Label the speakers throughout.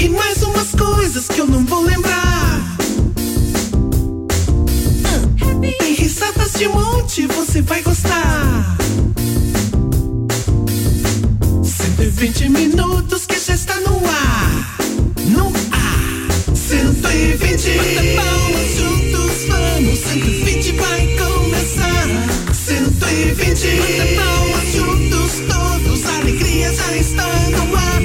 Speaker 1: e mais umas coisas que eu não vou lembrar. Tem risadas de monte, você vai gostar. 120 minutos que já está no ar. No ar. 120. Bata palmas juntos, vamos. 120 vai começar. 120. Bata palmas juntos todos, a alegria já está no ar.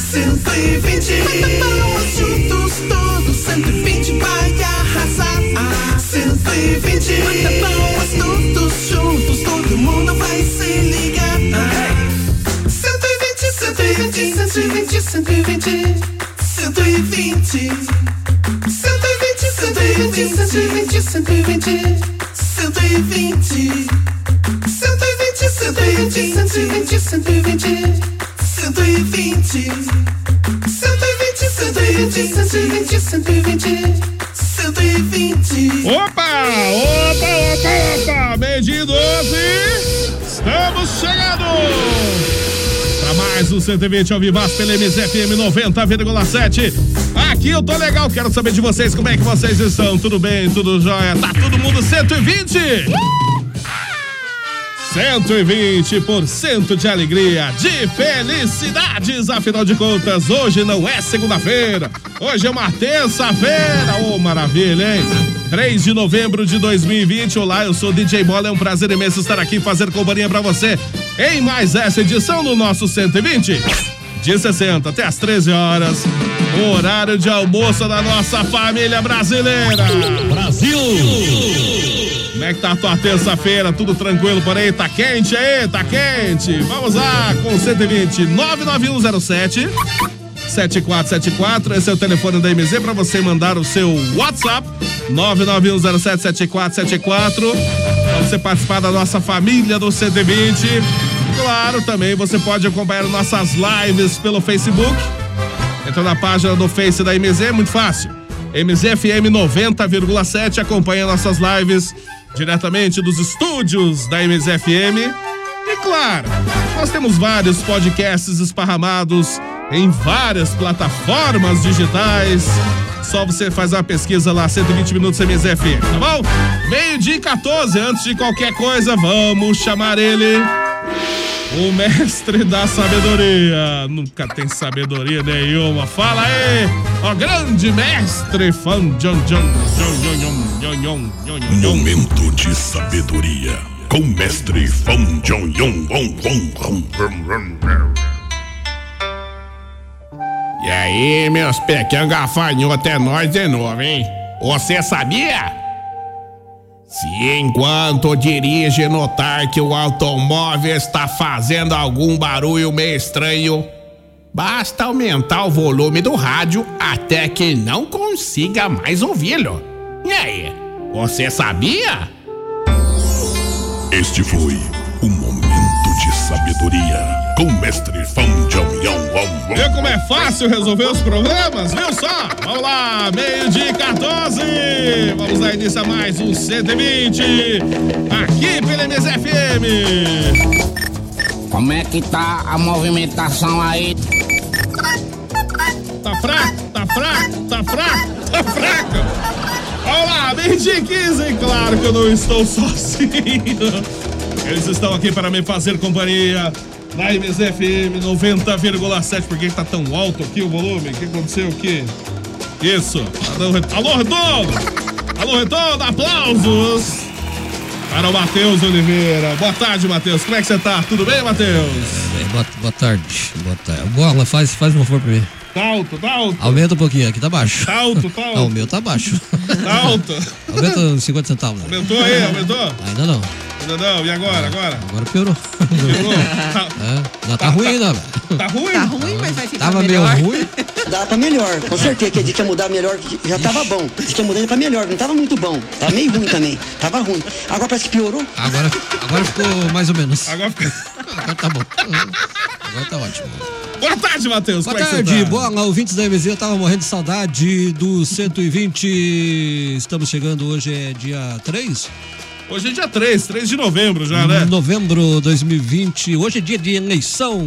Speaker 1: 120. Bata palmas juntos todos, 120 vai arrasar. 120. Bata palmas todos juntos, todo mundo vai se ligar. 120, 120, 120, 120, 120. 120, 120, 120, 120, 120. 120, 120, 120, 120, 120. 120, 120, 120, 120, 120.
Speaker 2: Opa! Opa, opa, opa! Meio dia e 12! Estamos chegando! Para mais um 120 ao Vivaz pela MZFM 90,7. Aqui eu tô legal, quero saber de vocês como é que vocês estão. Tudo bem, tudo jóia? Tá todo mundo 120? 120% de alegria, de felicidades, afinal de contas, hoje não é segunda-feira, hoje é uma terça-feira, ô maravilha, hein? 3 de novembro de 2020, olá, eu sou DJ Bola, é um prazer imenso estar aqui e fazer companhia pra você em mais essa edição do nosso 120 de 60 até as 13 horas, horário de almoço da nossa família brasileira. Brasil! Como é que tá a tua terça-feira? Tudo tranquilo por aí? Tá quente aí? Tá quente? Vamos lá com 120 99107 7474, esse é o telefone da MZ para você mandar o seu WhatsApp 991077474 para você participar da nossa família do CD20. Claro, também você pode acompanhar nossas lives pelo Facebook. Entra na página do Face da MZ, é muito fácil. MZFM 90,7 acompanha nossas lives diretamente dos estúdios da MZFM. E claro, nós temos vários podcasts esparramados em várias plataformas digitais. Só você faz uma pesquisa lá, 120 minutos MZFM, tá bom? Meio-dia e 14, antes de qualquer coisa, vamos chamar ele. O mestre da sabedoria. Nunca tem sabedoria nenhuma. Fala aí, ó grande mestre Fan John John John John John John John John.
Speaker 3: Momento de sabedoria com mestre Fan Jong Yong Wong Wong Wong Wong Wong Wong.
Speaker 4: E aí, meus pequenos gafanhotos, é nós de novo, hein? Você sabia? Se enquanto dirige notar que o automóvel está fazendo algum barulho meio estranho, basta aumentar o volume do rádio até que não consiga mais ouvi-lo. E aí, você sabia?
Speaker 3: Este foi o momento de sabedoria com mestre Fan Jong Yong Wong Wong.
Speaker 2: Vê como é fácil resolver os problemas, viu só? Vamos lá, meio de 14. Vamos dar início a mais um 120 aqui pela MSFM.
Speaker 5: Como é que tá a movimentação aí?
Speaker 2: Tá fraco, tá fraco, tá fraco, tá fraca. Vamos lá, meio de 15. Claro que eu não estou sozinho. Eles estão aqui para me fazer companhia. Na MZFM 90,7. Por que que tá tão alto aqui o volume? O que aconteceu aqui? Isso. Alô, Re- Alô, Redondo! Alô, Redondo! Aplausos! Para o Matheus Oliveira. Boa tarde, Matheus. Como é que você tá? Tudo bem, Matheus?
Speaker 6: É, Boa, boa tarde, boa tarde. Bola, faz, faz um favor pra mim.
Speaker 2: Tá alto, tá alto,
Speaker 6: Aumenta um pouquinho, aqui tá baixo.
Speaker 2: Tá alto, tá
Speaker 6: Ah, o
Speaker 2: alto.
Speaker 6: meu tá baixo.
Speaker 2: tá alto.
Speaker 6: Aumenta uns 50 centavos. né?
Speaker 2: Aumentou aí, aumentou?
Speaker 6: Ainda não,
Speaker 2: Ainda não. E agora, agora?
Speaker 6: agora piorou.
Speaker 2: Chegou? Tá,
Speaker 6: É, não, tá ruim ainda, velho.
Speaker 2: tá ruim?
Speaker 7: Tá ruim, mas vai ficar
Speaker 6: Tava meio
Speaker 7: melhor.
Speaker 6: ruim.
Speaker 8: Dá pra tá melhor, com certeza. Que a gente ia mudar melhor, que já tava bom. Diz que ia mudando pra melhor, não tava muito bom. Tava meio ruim também. Tava ruim. Agora parece que piorou.
Speaker 6: Agora, agora ficou mais ou menos.
Speaker 2: Agora fica...
Speaker 6: Agora tá bom. Agora tá ótimo.
Speaker 2: Boa tarde, Matheus.
Speaker 6: Boa
Speaker 2: Como é que você
Speaker 6: tarde,
Speaker 2: tá?
Speaker 6: bola, ouvintes da MZ, eu tava morrendo de saudade do 120. Estamos chegando hoje, é dia 3
Speaker 2: Hoje é dia 3, 3 de novembro já, né?
Speaker 6: de novembro de 2020. Hoje é dia de eleição.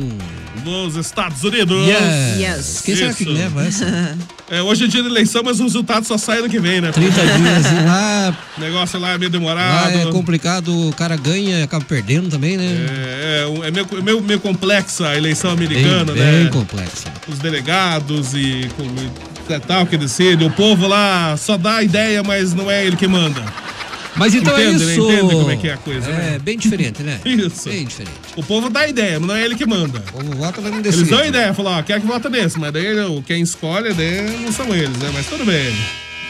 Speaker 2: Nos Estados Unidos.
Speaker 6: Yes.
Speaker 7: Yes.
Speaker 6: É. Quem será que
Speaker 2: Isso.
Speaker 6: leva essa?
Speaker 2: É, hoje é dia de eleição, mas o resultado só sai ano que vem, né?
Speaker 6: 30 dias e lá,
Speaker 2: O negócio lá é meio
Speaker 6: lá
Speaker 2: demorado.
Speaker 6: é complicado, o cara ganha e acaba perdendo também, né?
Speaker 2: É, é, é meio, meio, meio complexa a eleição
Speaker 6: Bem,
Speaker 2: americana,
Speaker 6: bem
Speaker 2: né?
Speaker 6: complexo.
Speaker 2: Os delegados e, com- e é tal que decide. O povo lá só dá a ideia, mas não é ele que manda.
Speaker 6: Mas então
Speaker 2: Entende,
Speaker 6: é
Speaker 2: né?
Speaker 6: isso.
Speaker 2: Entende como é que é a coisa, né?
Speaker 6: bem diferente, né?
Speaker 2: Isso.
Speaker 6: Bem diferente.
Speaker 2: O povo dá a ideia, mas não é ele que manda.
Speaker 6: O povo vota, mas não
Speaker 2: Eles
Speaker 6: decide.
Speaker 2: dão a ideia, falam, ó, quer que vota nesse, mas daí não, quem escolhe daí não são eles, né? Mas tudo bem.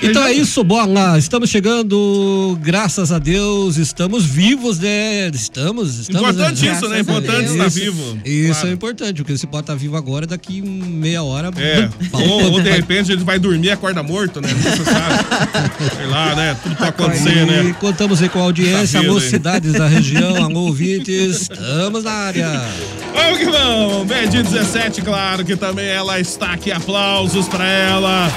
Speaker 6: Então
Speaker 2: Eles-
Speaker 6: é isso, bola. Estamos chegando, graças a Deus, estamos vivos, né? Estamos, estamos.
Speaker 2: Importante isso, né?
Speaker 7: Graças a
Speaker 2: Importante
Speaker 7: Deus.
Speaker 2: estar
Speaker 6: Isso.
Speaker 2: vivo.
Speaker 6: Isso
Speaker 2: Claro.
Speaker 6: é importante, porque você pode estar vivo agora daqui um meia hora.
Speaker 2: É,
Speaker 6: pau,
Speaker 2: ou, ou de repente ele vai dormir e acorda morto, né? Nunca se sabe. Sei lá, né? Tudo pode acontecer,
Speaker 6: e
Speaker 2: né?
Speaker 6: contamos aí com a audiência,
Speaker 2: Tá vivo,
Speaker 6: alô
Speaker 2: hein?
Speaker 6: cidades da região, alô ouvintes, estamos na área.
Speaker 2: Vamos que vamos! Meio dia 17, claro que também ela está aqui. Aplausos pra ela.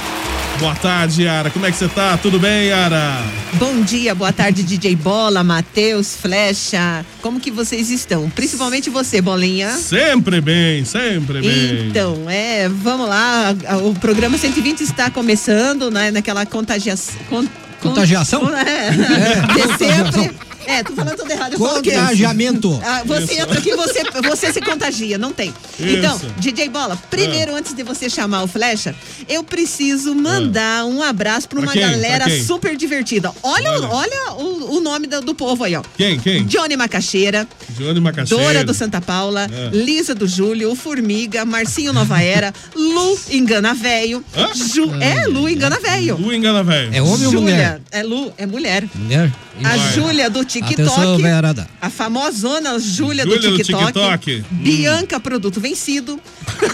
Speaker 2: Boa tarde, Yara. Como é que você tá? Tudo bem, Yara?
Speaker 7: Bom dia, boa tarde, DJ Bola, Matheus, Flecha. Como que vocês estão? Principalmente você, Bolinha.
Speaker 2: Sempre bem, sempre bem.
Speaker 7: Então, é, vamos lá. O programa 120 está começando, né? Naquela contagiação.
Speaker 6: Contagiação?
Speaker 7: É,
Speaker 6: É,
Speaker 7: que
Speaker 6: contagiação.
Speaker 7: sempre. É, tô falando tudo errado. eu falo que- é
Speaker 6: Contagiamento.
Speaker 7: Ah, você entra aqui, você, você se contagia, não tem. Então,
Speaker 2: Isso. Ah.
Speaker 7: DJ Bola, primeiro, antes de você chamar o Flecha, eu preciso mandar um abraço pra
Speaker 2: Ah. Pra
Speaker 7: uma
Speaker 2: quem? Pra
Speaker 7: galera
Speaker 2: quem?
Speaker 7: super divertida. Olha, o-
Speaker 2: Olha.
Speaker 7: olha o, o nome do, do povo aí, ó.
Speaker 2: Quem, quem?
Speaker 7: Johnny Macaxeira,
Speaker 2: Johnny Macaxeira.
Speaker 7: Dora do Santa Paula,
Speaker 2: É.
Speaker 7: Lisa do Júlio, o Formiga, Marcinho Nova Era, Lu Engana Velho,
Speaker 2: Hã?
Speaker 7: Ju... É, Lu Engana Velho.
Speaker 2: Tu engana, velho.
Speaker 6: É homem ou mulher?
Speaker 7: Júlia, é Lu, é mulher.
Speaker 6: Mulher?
Speaker 7: A
Speaker 2: Vai.
Speaker 7: Júlia do TikTok.
Speaker 6: Atenção, velharada.
Speaker 7: A famosona Júlia do
Speaker 2: Júlia do
Speaker 7: TikTok.
Speaker 2: TikTok. Hum.
Speaker 7: Bianca, produto vencido.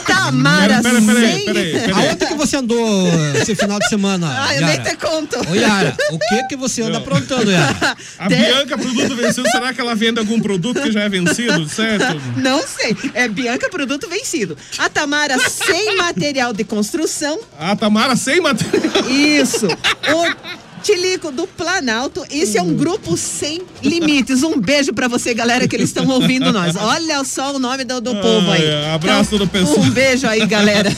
Speaker 7: Tamara,
Speaker 2: Pera, pera, pera aí,
Speaker 7: sem-
Speaker 2: pera aí, pera aí.
Speaker 6: Aonde que você andou esse final de semana,
Speaker 7: Ah, eu nem te
Speaker 6: Yara?
Speaker 7: conto.
Speaker 6: Ô, Yara, o que que você anda aprontando, Yara?
Speaker 2: A
Speaker 7: Tem-
Speaker 2: Bianca, produto vencido, será que ela vende algum produto que já é vencido, certo?
Speaker 7: Não sei. É Bianca, produto vencido. A Tamara, sem material de construção.
Speaker 2: A Tamara sem material.
Speaker 7: Isso. O Tilico do Planalto. Esse é um grupo sem limites. Um beijo pra você, galera, que eles estão ouvindo nós. Olha só o nome do, do povo aí.
Speaker 2: Ai, abraço do pessoal.
Speaker 7: Um beijo aí, galera.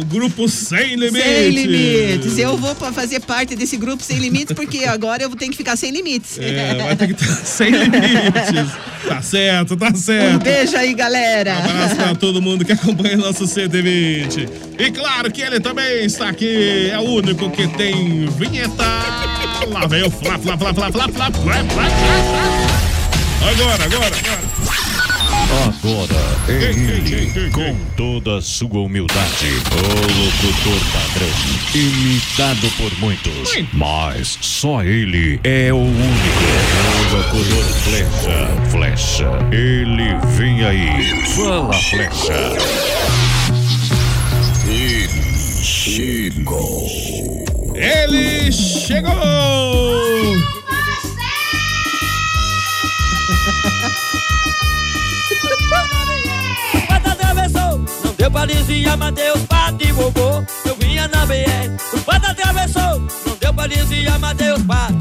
Speaker 2: O grupo sem limites.
Speaker 7: Sem limites. Eu vou pa- fazer parte desse grupo sem limites, porque agora eu tenho que ficar sem limites. Um
Speaker 2: É, vai ter que estar sem limites. Tá certo, tá
Speaker 7: Um
Speaker 2: certo.
Speaker 7: beijo aí, galera.
Speaker 2: Abraço pra todo mundo que acompanha o nosso CD20. E claro que ele também está aqui. É o único que tem vinheta. Lá vem o Flá, Flá, Flá, Flá, Flá, Flá, Flá, Flá, Flá. Agora, agora, agora. Ei, ei, ei, ei, ei.
Speaker 9: Com toda a sua humildade, o locutor padrão, imitado por muitos, mas só ele é o único. O locutor Flecha, Flecha, ele vem aí, fala Flecha. Ele chegou.
Speaker 2: Ele chegou!
Speaker 1: Quatro atravessou, não deu pra desviar, mas deu os patos e bobô. Eu vinha na BR, os patos atravessou, não deu pra desviar, mas deu os patos.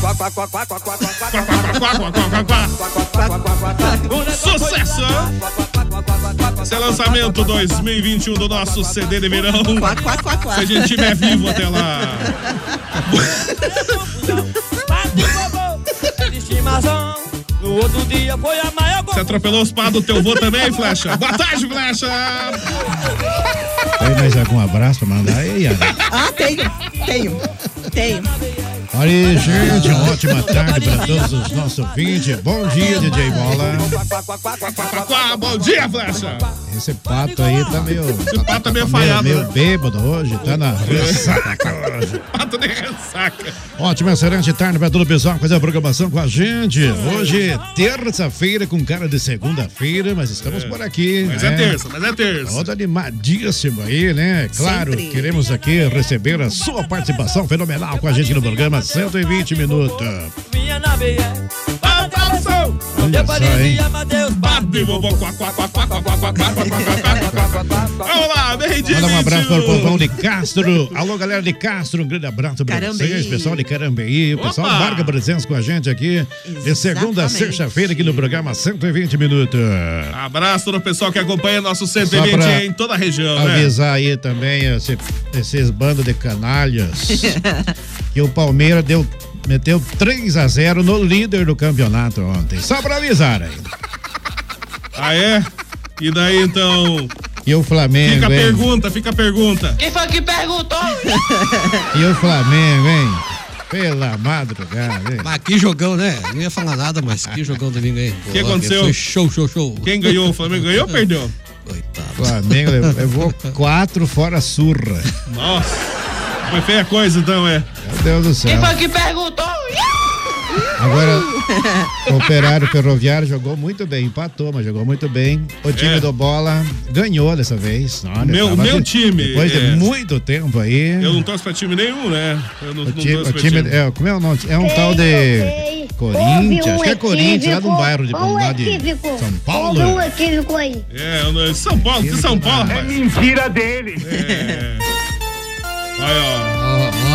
Speaker 1: Quá, quá, quá, quá, quá, quá, quá, quá, quá, quá,
Speaker 2: Quá, quá, quá, quá, quá, quá, quá.
Speaker 1: quá, quá, quá, quá. O negócio foi
Speaker 2: Sucesso!
Speaker 1: lá, quá, quá, quá, quá, quá, quá, quá,
Speaker 2: Esse é o lançamento 2021 do nosso CD de verão.
Speaker 7: Quá, quá, quá, quá.
Speaker 2: Se a gente estiver vivo até lá.
Speaker 1: Pato e bobô, é de estimação. No outro dia foi a maior
Speaker 2: Você atropelou os pá do teu vô também, Flecha? Boa tarde, Flecha!
Speaker 10: Tem mais algum abraço pra mandar aí, Ana?
Speaker 7: Ah, tenho, tenho, tenho.
Speaker 10: Olha aí, gente, uma ótima tarde pra todos os nossos ouvintes. Bom dia, DJ Bola.
Speaker 2: Quá, Bom dia, Flecha!
Speaker 10: Esse pato aí tá meio.
Speaker 2: Esse pato é meio
Speaker 10: Meio,
Speaker 2: falhado.
Speaker 10: meio
Speaker 2: né?
Speaker 10: bêbado hoje, tá na ressaca hoje.
Speaker 2: Pato de ressaca.
Speaker 10: Ótima, excelente tarde pra todo o pessoal que faz a programação com a gente. Hoje, é terça-feira, com cara de segunda-feira, mas estamos por aqui.
Speaker 2: Mas é
Speaker 10: né?
Speaker 2: terça, mas é terça.
Speaker 10: Todo animadíssimo aí, né? Claro, queremos aqui receber a sua participação fenomenal com a gente no programa 120 Minutos.
Speaker 1: Minha nave é.
Speaker 10: Olha só, hein?
Speaker 2: Padre vovô, quá, quá, quá, quá, quá, quá, quá, quá, quá, quá, quá, quá, quá. Vamos lá, bem dia
Speaker 10: Manda um abraço para o povão de Castro. Alô, galera de Castro, um grande abraço para
Speaker 2: Carambeí.
Speaker 10: vocês. Pessoal de Carambeí, o pessoal
Speaker 2: Opa!
Speaker 10: marca presença com a gente aqui de segunda a sexta-feira aqui no programa 120 Minutos.
Speaker 2: Abraço todo o pessoal que acompanha nosso
Speaker 10: Só
Speaker 2: CTVT
Speaker 10: pra
Speaker 2: em toda a região, né?
Speaker 10: Avisar aí também esse- esses bandos de canalhas que o Palmeiras deu, meteu 3 a 0 no líder do campeonato ontem. Só para avisar aí.
Speaker 2: Ah, é? E daí, então...
Speaker 10: E o Flamengo,
Speaker 2: Fica a
Speaker 10: hein?
Speaker 2: pergunta, fica a pergunta.
Speaker 1: Quem foi que perguntou?
Speaker 10: E o Flamengo, hein? Pela madrugada, hein?
Speaker 6: Mas que jogão, né? Não ia falar nada, mas que jogão domingo aí.
Speaker 10: que aconteceu?
Speaker 6: Foi show, show, show.
Speaker 2: Quem ganhou? O Flamengo ganhou ou perdeu?
Speaker 10: Flamengo le- levou quatro fora surra.
Speaker 2: Nossa, foi feia a coisa então, é.
Speaker 10: Meu Deus do céu.
Speaker 1: que perguntou?
Speaker 10: Agora, o Operário Ferroviário jogou muito bem, empatou, mas jogou muito bem. O time
Speaker 2: É.
Speaker 10: do Bola ganhou dessa vez. Olha,
Speaker 2: Meu-
Speaker 10: tava
Speaker 2: meu
Speaker 10: de-
Speaker 2: time,
Speaker 10: Depois
Speaker 2: é.
Speaker 10: de muito tempo aí.
Speaker 2: Eu não torço pra time nenhum, né? Eu não,
Speaker 10: O
Speaker 2: não
Speaker 10: time,
Speaker 2: torço
Speaker 10: o
Speaker 2: pra
Speaker 10: time, é, como é o nome? É um tal de Corinthians, acho que é Corinthians, lá de um bairro de,
Speaker 11: um
Speaker 10: lá de
Speaker 11: equívoco.
Speaker 10: São
Speaker 11: Houve
Speaker 10: Paulo.
Speaker 11: um equívoco aí.
Speaker 2: É, eu não- São Paulo, de São Paulo. É
Speaker 11: mentira dele.
Speaker 2: É. Olha, ó.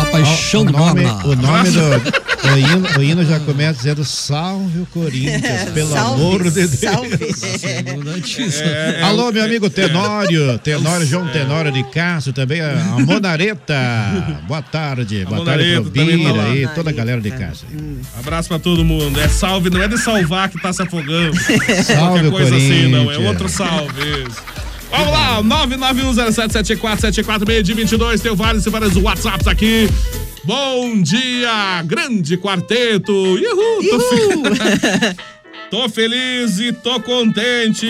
Speaker 6: A paixão
Speaker 10: o
Speaker 6: do
Speaker 10: nome, é
Speaker 6: Bola.
Speaker 10: o nome do o hino, o hino já começa dizendo salve o Corinthians, pelo
Speaker 6: É, Salve,
Speaker 10: amor de Deus.
Speaker 6: É,
Speaker 10: Alô, meu amigo Tenório, Tenório, João Tenório de Castro, também a, a Monareta. Boa tarde, boa tarde
Speaker 2: Monareta
Speaker 10: pro
Speaker 2: também tá
Speaker 10: Bira
Speaker 2: lá.
Speaker 10: aí, toda a galera de Castro.
Speaker 2: Abraço pra todo mundo. É salve, não é de salvar que tá se afogando.
Speaker 10: Salve,
Speaker 2: Qualquer
Speaker 10: o
Speaker 2: coisa assim, não. É
Speaker 10: Corinthians.
Speaker 2: outro salve. isso. Vamos lá, 991077474 meio de 22. Tem vários e vários WhatsApps aqui. Bom dia, grande quarteto. Uhul, tô, fe- tô feliz e tô contente.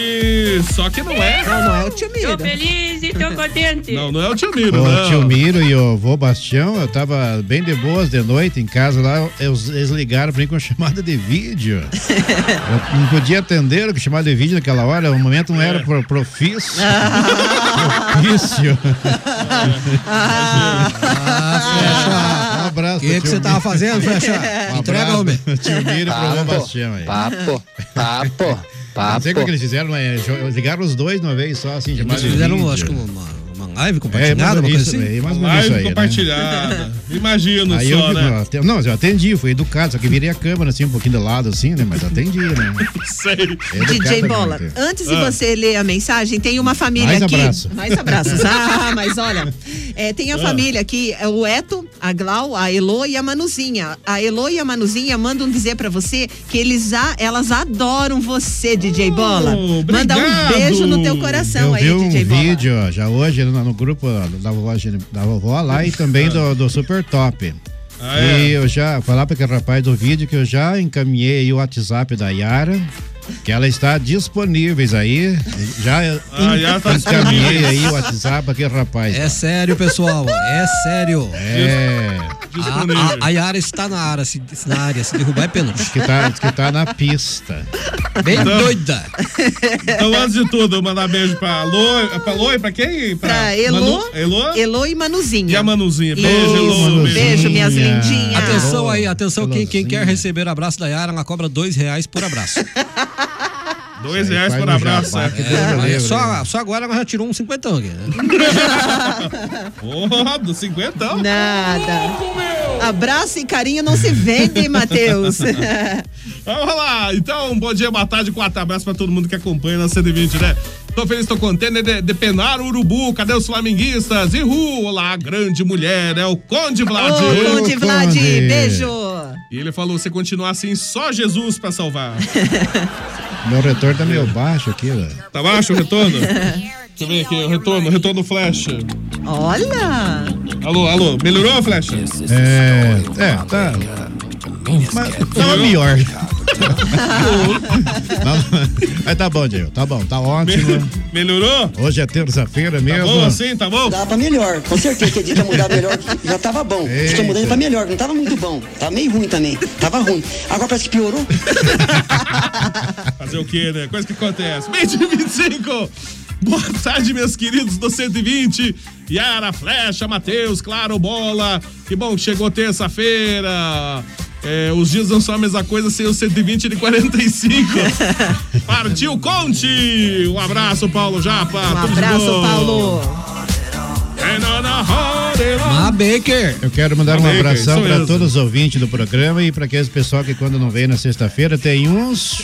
Speaker 2: Só que não é.
Speaker 7: Não, não é o tio Miro.
Speaker 12: Tô feliz e tô contente.
Speaker 2: Não, não é o tio Miro,
Speaker 10: O
Speaker 2: não.
Speaker 10: tio Miro e o vô Bastião, eu tava bem de boas de noite em casa lá, eles eles ligaram pra mim com chamada de vídeo. Eu não podia atender com chamada de vídeo naquela hora, o momento não era pro, profício. profício. um abraço. O
Speaker 6: que que você tava fazendo, Flecha? Entrega, homem.
Speaker 10: Um Tio Miro e pro vô Bastião aí.
Speaker 6: Papo,
Speaker 10: papo, papo. Não sei como que eles fizeram, mas eh, jo- ligaram os dois de uma vez só, assim, chamada
Speaker 6: Eles
Speaker 10: de
Speaker 6: fizeram,
Speaker 10: vídeo.
Speaker 6: acho que uma, uma live compartilhada,
Speaker 10: É,
Speaker 6: uma
Speaker 10: mas
Speaker 6: coisa
Speaker 10: isso,
Speaker 6: assim.
Speaker 10: é, mas não é isso aí, né?
Speaker 2: compartilhada. Imagino
Speaker 10: Aí
Speaker 2: só,
Speaker 10: eu,
Speaker 2: né?
Speaker 10: não, não, eu atendi, fui educado, só que virei a câmera assim, um pouquinho de lado assim, né? Mas atendi, né?
Speaker 2: Sei.
Speaker 10: Educado
Speaker 7: DJ
Speaker 10: também,
Speaker 7: Bola,
Speaker 10: né?
Speaker 7: antes de
Speaker 10: Ah.
Speaker 7: você ler a mensagem, tem uma família
Speaker 10: Mais
Speaker 7: aqui.
Speaker 10: abraço.
Speaker 7: Mais abraços. Ah, mas olha, é, tem a
Speaker 10: Ah.
Speaker 7: família aqui, é o Eto, a Glau, a Elo e a Manuzinha. A Elo e a Manuzinha mandam dizer pra você que eles a, elas adoram você, DJ Bola. Manda um
Speaker 10: Oh, obrigado.
Speaker 7: beijo no teu coração
Speaker 10: Eu
Speaker 7: aí,
Speaker 10: vi um
Speaker 7: DJ Bola.
Speaker 10: vídeo ó, já hoje no, no grupo da vovó, Gene- da vovó lá e também do, do Super Top.
Speaker 2: Ah, é?
Speaker 10: E eu já falar para aquele rapaz do vídeo que eu já encaminhei aí o WhatsApp da Yara, que ela está disponíveis aí. Já
Speaker 6: Ah, Yara tá
Speaker 10: encaminhei
Speaker 6: disponível.
Speaker 10: aí o WhatsApp para aquele rapaz.
Speaker 6: É sério, pessoal. É sério.
Speaker 10: É.
Speaker 6: A, a, a Yara está na área, se, se na área, se derrubar é pênalti.
Speaker 10: que tá, diz que tá na pista.
Speaker 6: Bem
Speaker 2: Então-
Speaker 6: doida.
Speaker 2: Então, antes de tudo, mandar beijo pra Lô, pra Lô e pra quem?
Speaker 7: Pra Elo,
Speaker 2: Manu- Elô?
Speaker 7: Elô e Manuzinha.
Speaker 2: E a Manuzinha. Beijo,
Speaker 7: Isso,
Speaker 2: Elô.
Speaker 7: Beijo, minhas
Speaker 6: é.
Speaker 7: lindinhas.
Speaker 6: Atenção aí, atenção. Quem, quem quer receber abraço da Yara, ela cobra dois reais por abraço.
Speaker 2: Dois reais
Speaker 6: vai
Speaker 2: por
Speaker 6: no
Speaker 2: abraço.
Speaker 6: um jabá,
Speaker 2: é.
Speaker 6: que Deus me livre, só, só agora ela já tirou um cinquentão aqui, né?
Speaker 2: Porra, do cinquentão.
Speaker 7: Nada. Abraço e carinho não se vendem, Matheus.
Speaker 2: Vamos lá. Então, bom dia, boa tarde, quatro abraços pra todo mundo que acompanha na 120, né? Tô feliz, tô contente de, de penar o urubu. Cadê os flamenguistas? E olá, grande mulher, é o Conde Vlad.
Speaker 7: Ô, Conde Vlad,
Speaker 2: Conde.
Speaker 7: beijo.
Speaker 2: E ele falou: se continuar assim, só Jesus pra salvar.
Speaker 10: Meu retorno tá meio baixo aqui, velho.
Speaker 2: Tá baixo o retorno? Deixa eu ver aqui, o retorno, retorno flash.
Speaker 7: Olha!
Speaker 2: Alô, alô, melhorou, flecha?
Speaker 10: É, é, tá. Mas tava melhor. Não, Mas tá bom, Diego. Tá bom, tá ótimo.
Speaker 2: Melhorou?
Speaker 10: Hoje é terça-feira mesmo.
Speaker 8: bom
Speaker 2: assim, tá bom?
Speaker 8: Dá pra melhor. Com certeza que tinha mudado melhor, já tava bom. Diz que tinha mudado pra melhor, não tava muito bom. Tava meio ruim também. Tava ruim. Agora parece que piorou.
Speaker 2: Fazer o quê, né? Coisa que acontece. Meio de 25! Boa tarde, meus queridos do 120. Yara, Flecha, Matheus, Claro, Bola. Que bom que chegou terça-feira. É, os dias não são a mesma coisa sem o 120 de 45. Partiu Conte! Um abraço, Paulo Japa.
Speaker 7: Um
Speaker 2: Tudo de
Speaker 7: abraço,
Speaker 2: bom. É,
Speaker 7: Paulo.
Speaker 10: Ma Ah, Baker. Eu quero mandar
Speaker 2: Ma
Speaker 10: um
Speaker 2: Ah, Baker,
Speaker 10: abração
Speaker 2: isso
Speaker 10: para
Speaker 2: mesmo.
Speaker 10: todos os ouvintes do programa e para aqueles pessoal que quando não vem na sexta-feira tem uns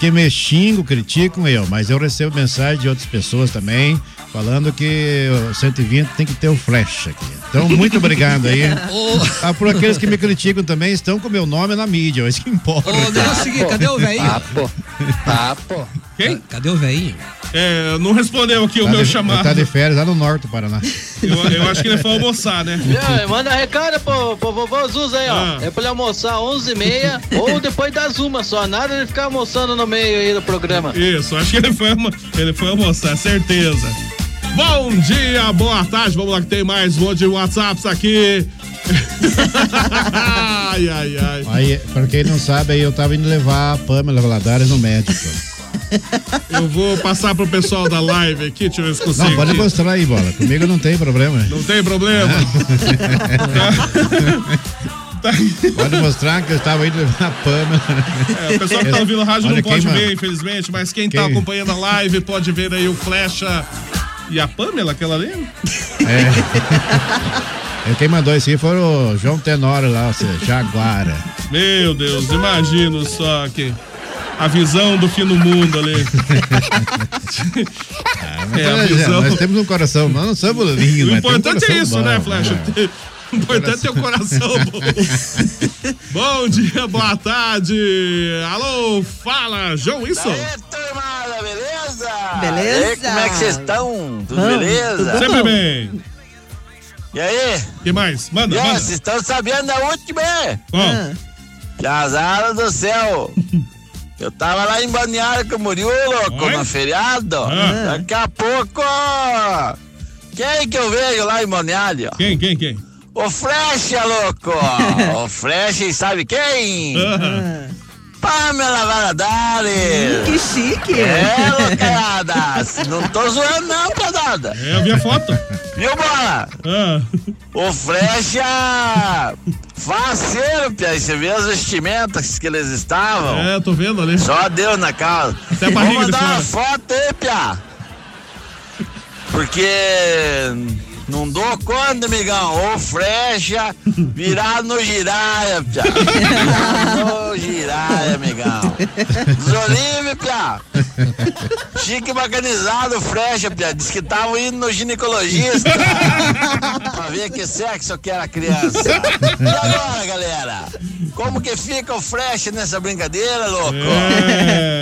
Speaker 10: que me xingam, criticam eu, mas eu recebo mensagem de outras pessoas também falando que o 120 tem que ter o flash aqui. Então, muito obrigado aí. Ah, por aqueles que me criticam também estão com meu nome na mídia, é isso que importa.
Speaker 2: é Papo.
Speaker 10: Papo.
Speaker 2: Quem?
Speaker 10: Cadê o velhinho?
Speaker 2: É, não respondeu aqui o meu chamado.
Speaker 10: Tá de férias lá no norte do Paraná.
Speaker 2: Eu, eu acho que ele foi almoçar, né? Ah.
Speaker 11: É, manda recado pro, pro vovô Zuz aí, ó. É pra ele almoçar 11h30 ou depois das uma só. Nada de ficar almoçando no meio aí do programa.
Speaker 2: Isso, acho que ele foi, almo- ele foi almoçar, certeza. Bom dia, boa tarde. Vamos lá que tem mais um monte de WhatsApps aqui. ai, ai, ai.
Speaker 10: Aí, pra quem não sabe, aí eu tava indo levar a Pamela Valadares no médico.
Speaker 2: Eu vou passar pro pessoal da live aqui, deixa eu ver se consigo.
Speaker 10: Não, pode
Speaker 2: aqui.
Speaker 10: mostrar aí, bola. Comigo não tem problema.
Speaker 2: Não tem problema.
Speaker 10: É. Pode mostrar que eu estava indo levar a Pamela.
Speaker 2: É, o pessoal que tá ouvindo o rádio
Speaker 10: Olha,
Speaker 2: não pode
Speaker 10: quem ma-
Speaker 2: ver, infelizmente, mas quem, tá
Speaker 10: quem-
Speaker 2: acompanhando a live pode ver aí o Flecha e a Pamela, aquela ali.
Speaker 10: É. Quem mandou isso aí foi o João Tenório lá, ou seja, Jaguara.
Speaker 2: Meu Deus, imagino só que a visão do fim do mundo ali.
Speaker 10: Ah, Mas,
Speaker 2: É, a
Speaker 10: olha,
Speaker 2: visão.
Speaker 10: Nós temos um coração, nós não somos lindos. mas temos
Speaker 2: O
Speaker 10: um
Speaker 2: importante é
Speaker 10: coração
Speaker 2: isso,
Speaker 10: bom,
Speaker 2: né, Flecha?
Speaker 10: né?
Speaker 2: O importante é o coração. bom. Bom dia, boa tarde. Alô, fala, João isso?
Speaker 1: Beleza? E aí, como é que vocês
Speaker 13: estão?
Speaker 1: Tudo beleza?
Speaker 2: Sempre bem.
Speaker 13: E aí?
Speaker 2: que mais? Manda,
Speaker 13: E aí,
Speaker 2: manda.
Speaker 13: Vocês estão sabendo da última, hein?
Speaker 2: Qual?
Speaker 13: Que azar do céu. Eu tava lá em Balneário Camboriú, louco, no feriado.
Speaker 2: Ah.
Speaker 13: Daqui a pouco... ó, Quem que eu vejo lá em Balneário?
Speaker 2: Quem, quem, quem?
Speaker 13: O Flecha, louco. o Flecha e sabe quem? Pamela Valadares.
Speaker 7: Que chique.
Speaker 13: É, loucada. Não tô zoando não, padada.
Speaker 2: É, eu vi a foto.
Speaker 13: Viu, bola?
Speaker 2: Ah.
Speaker 13: O Flecha! Faceiro, Pia, você vê as vestimentas que eles estavam?
Speaker 2: É, tô vendo ali.
Speaker 13: Só Deus na casa.
Speaker 2: Até a
Speaker 13: Vou
Speaker 2: barriga de
Speaker 13: mandar
Speaker 2: fora.
Speaker 13: uma foto aí, Pia. Porque não dou conta, amigão. O Flecha virar no giraia, Pia. Virar no giraia, amigão. Zolive, Pia. Chique bacanizado, Frecha, Pia. Diz que estavam indo no ginecologista. pra ver que sexo que era a criança. E agora, galera? Como que fica o Frecha nessa brincadeira, louco?
Speaker 10: É.
Speaker 2: É.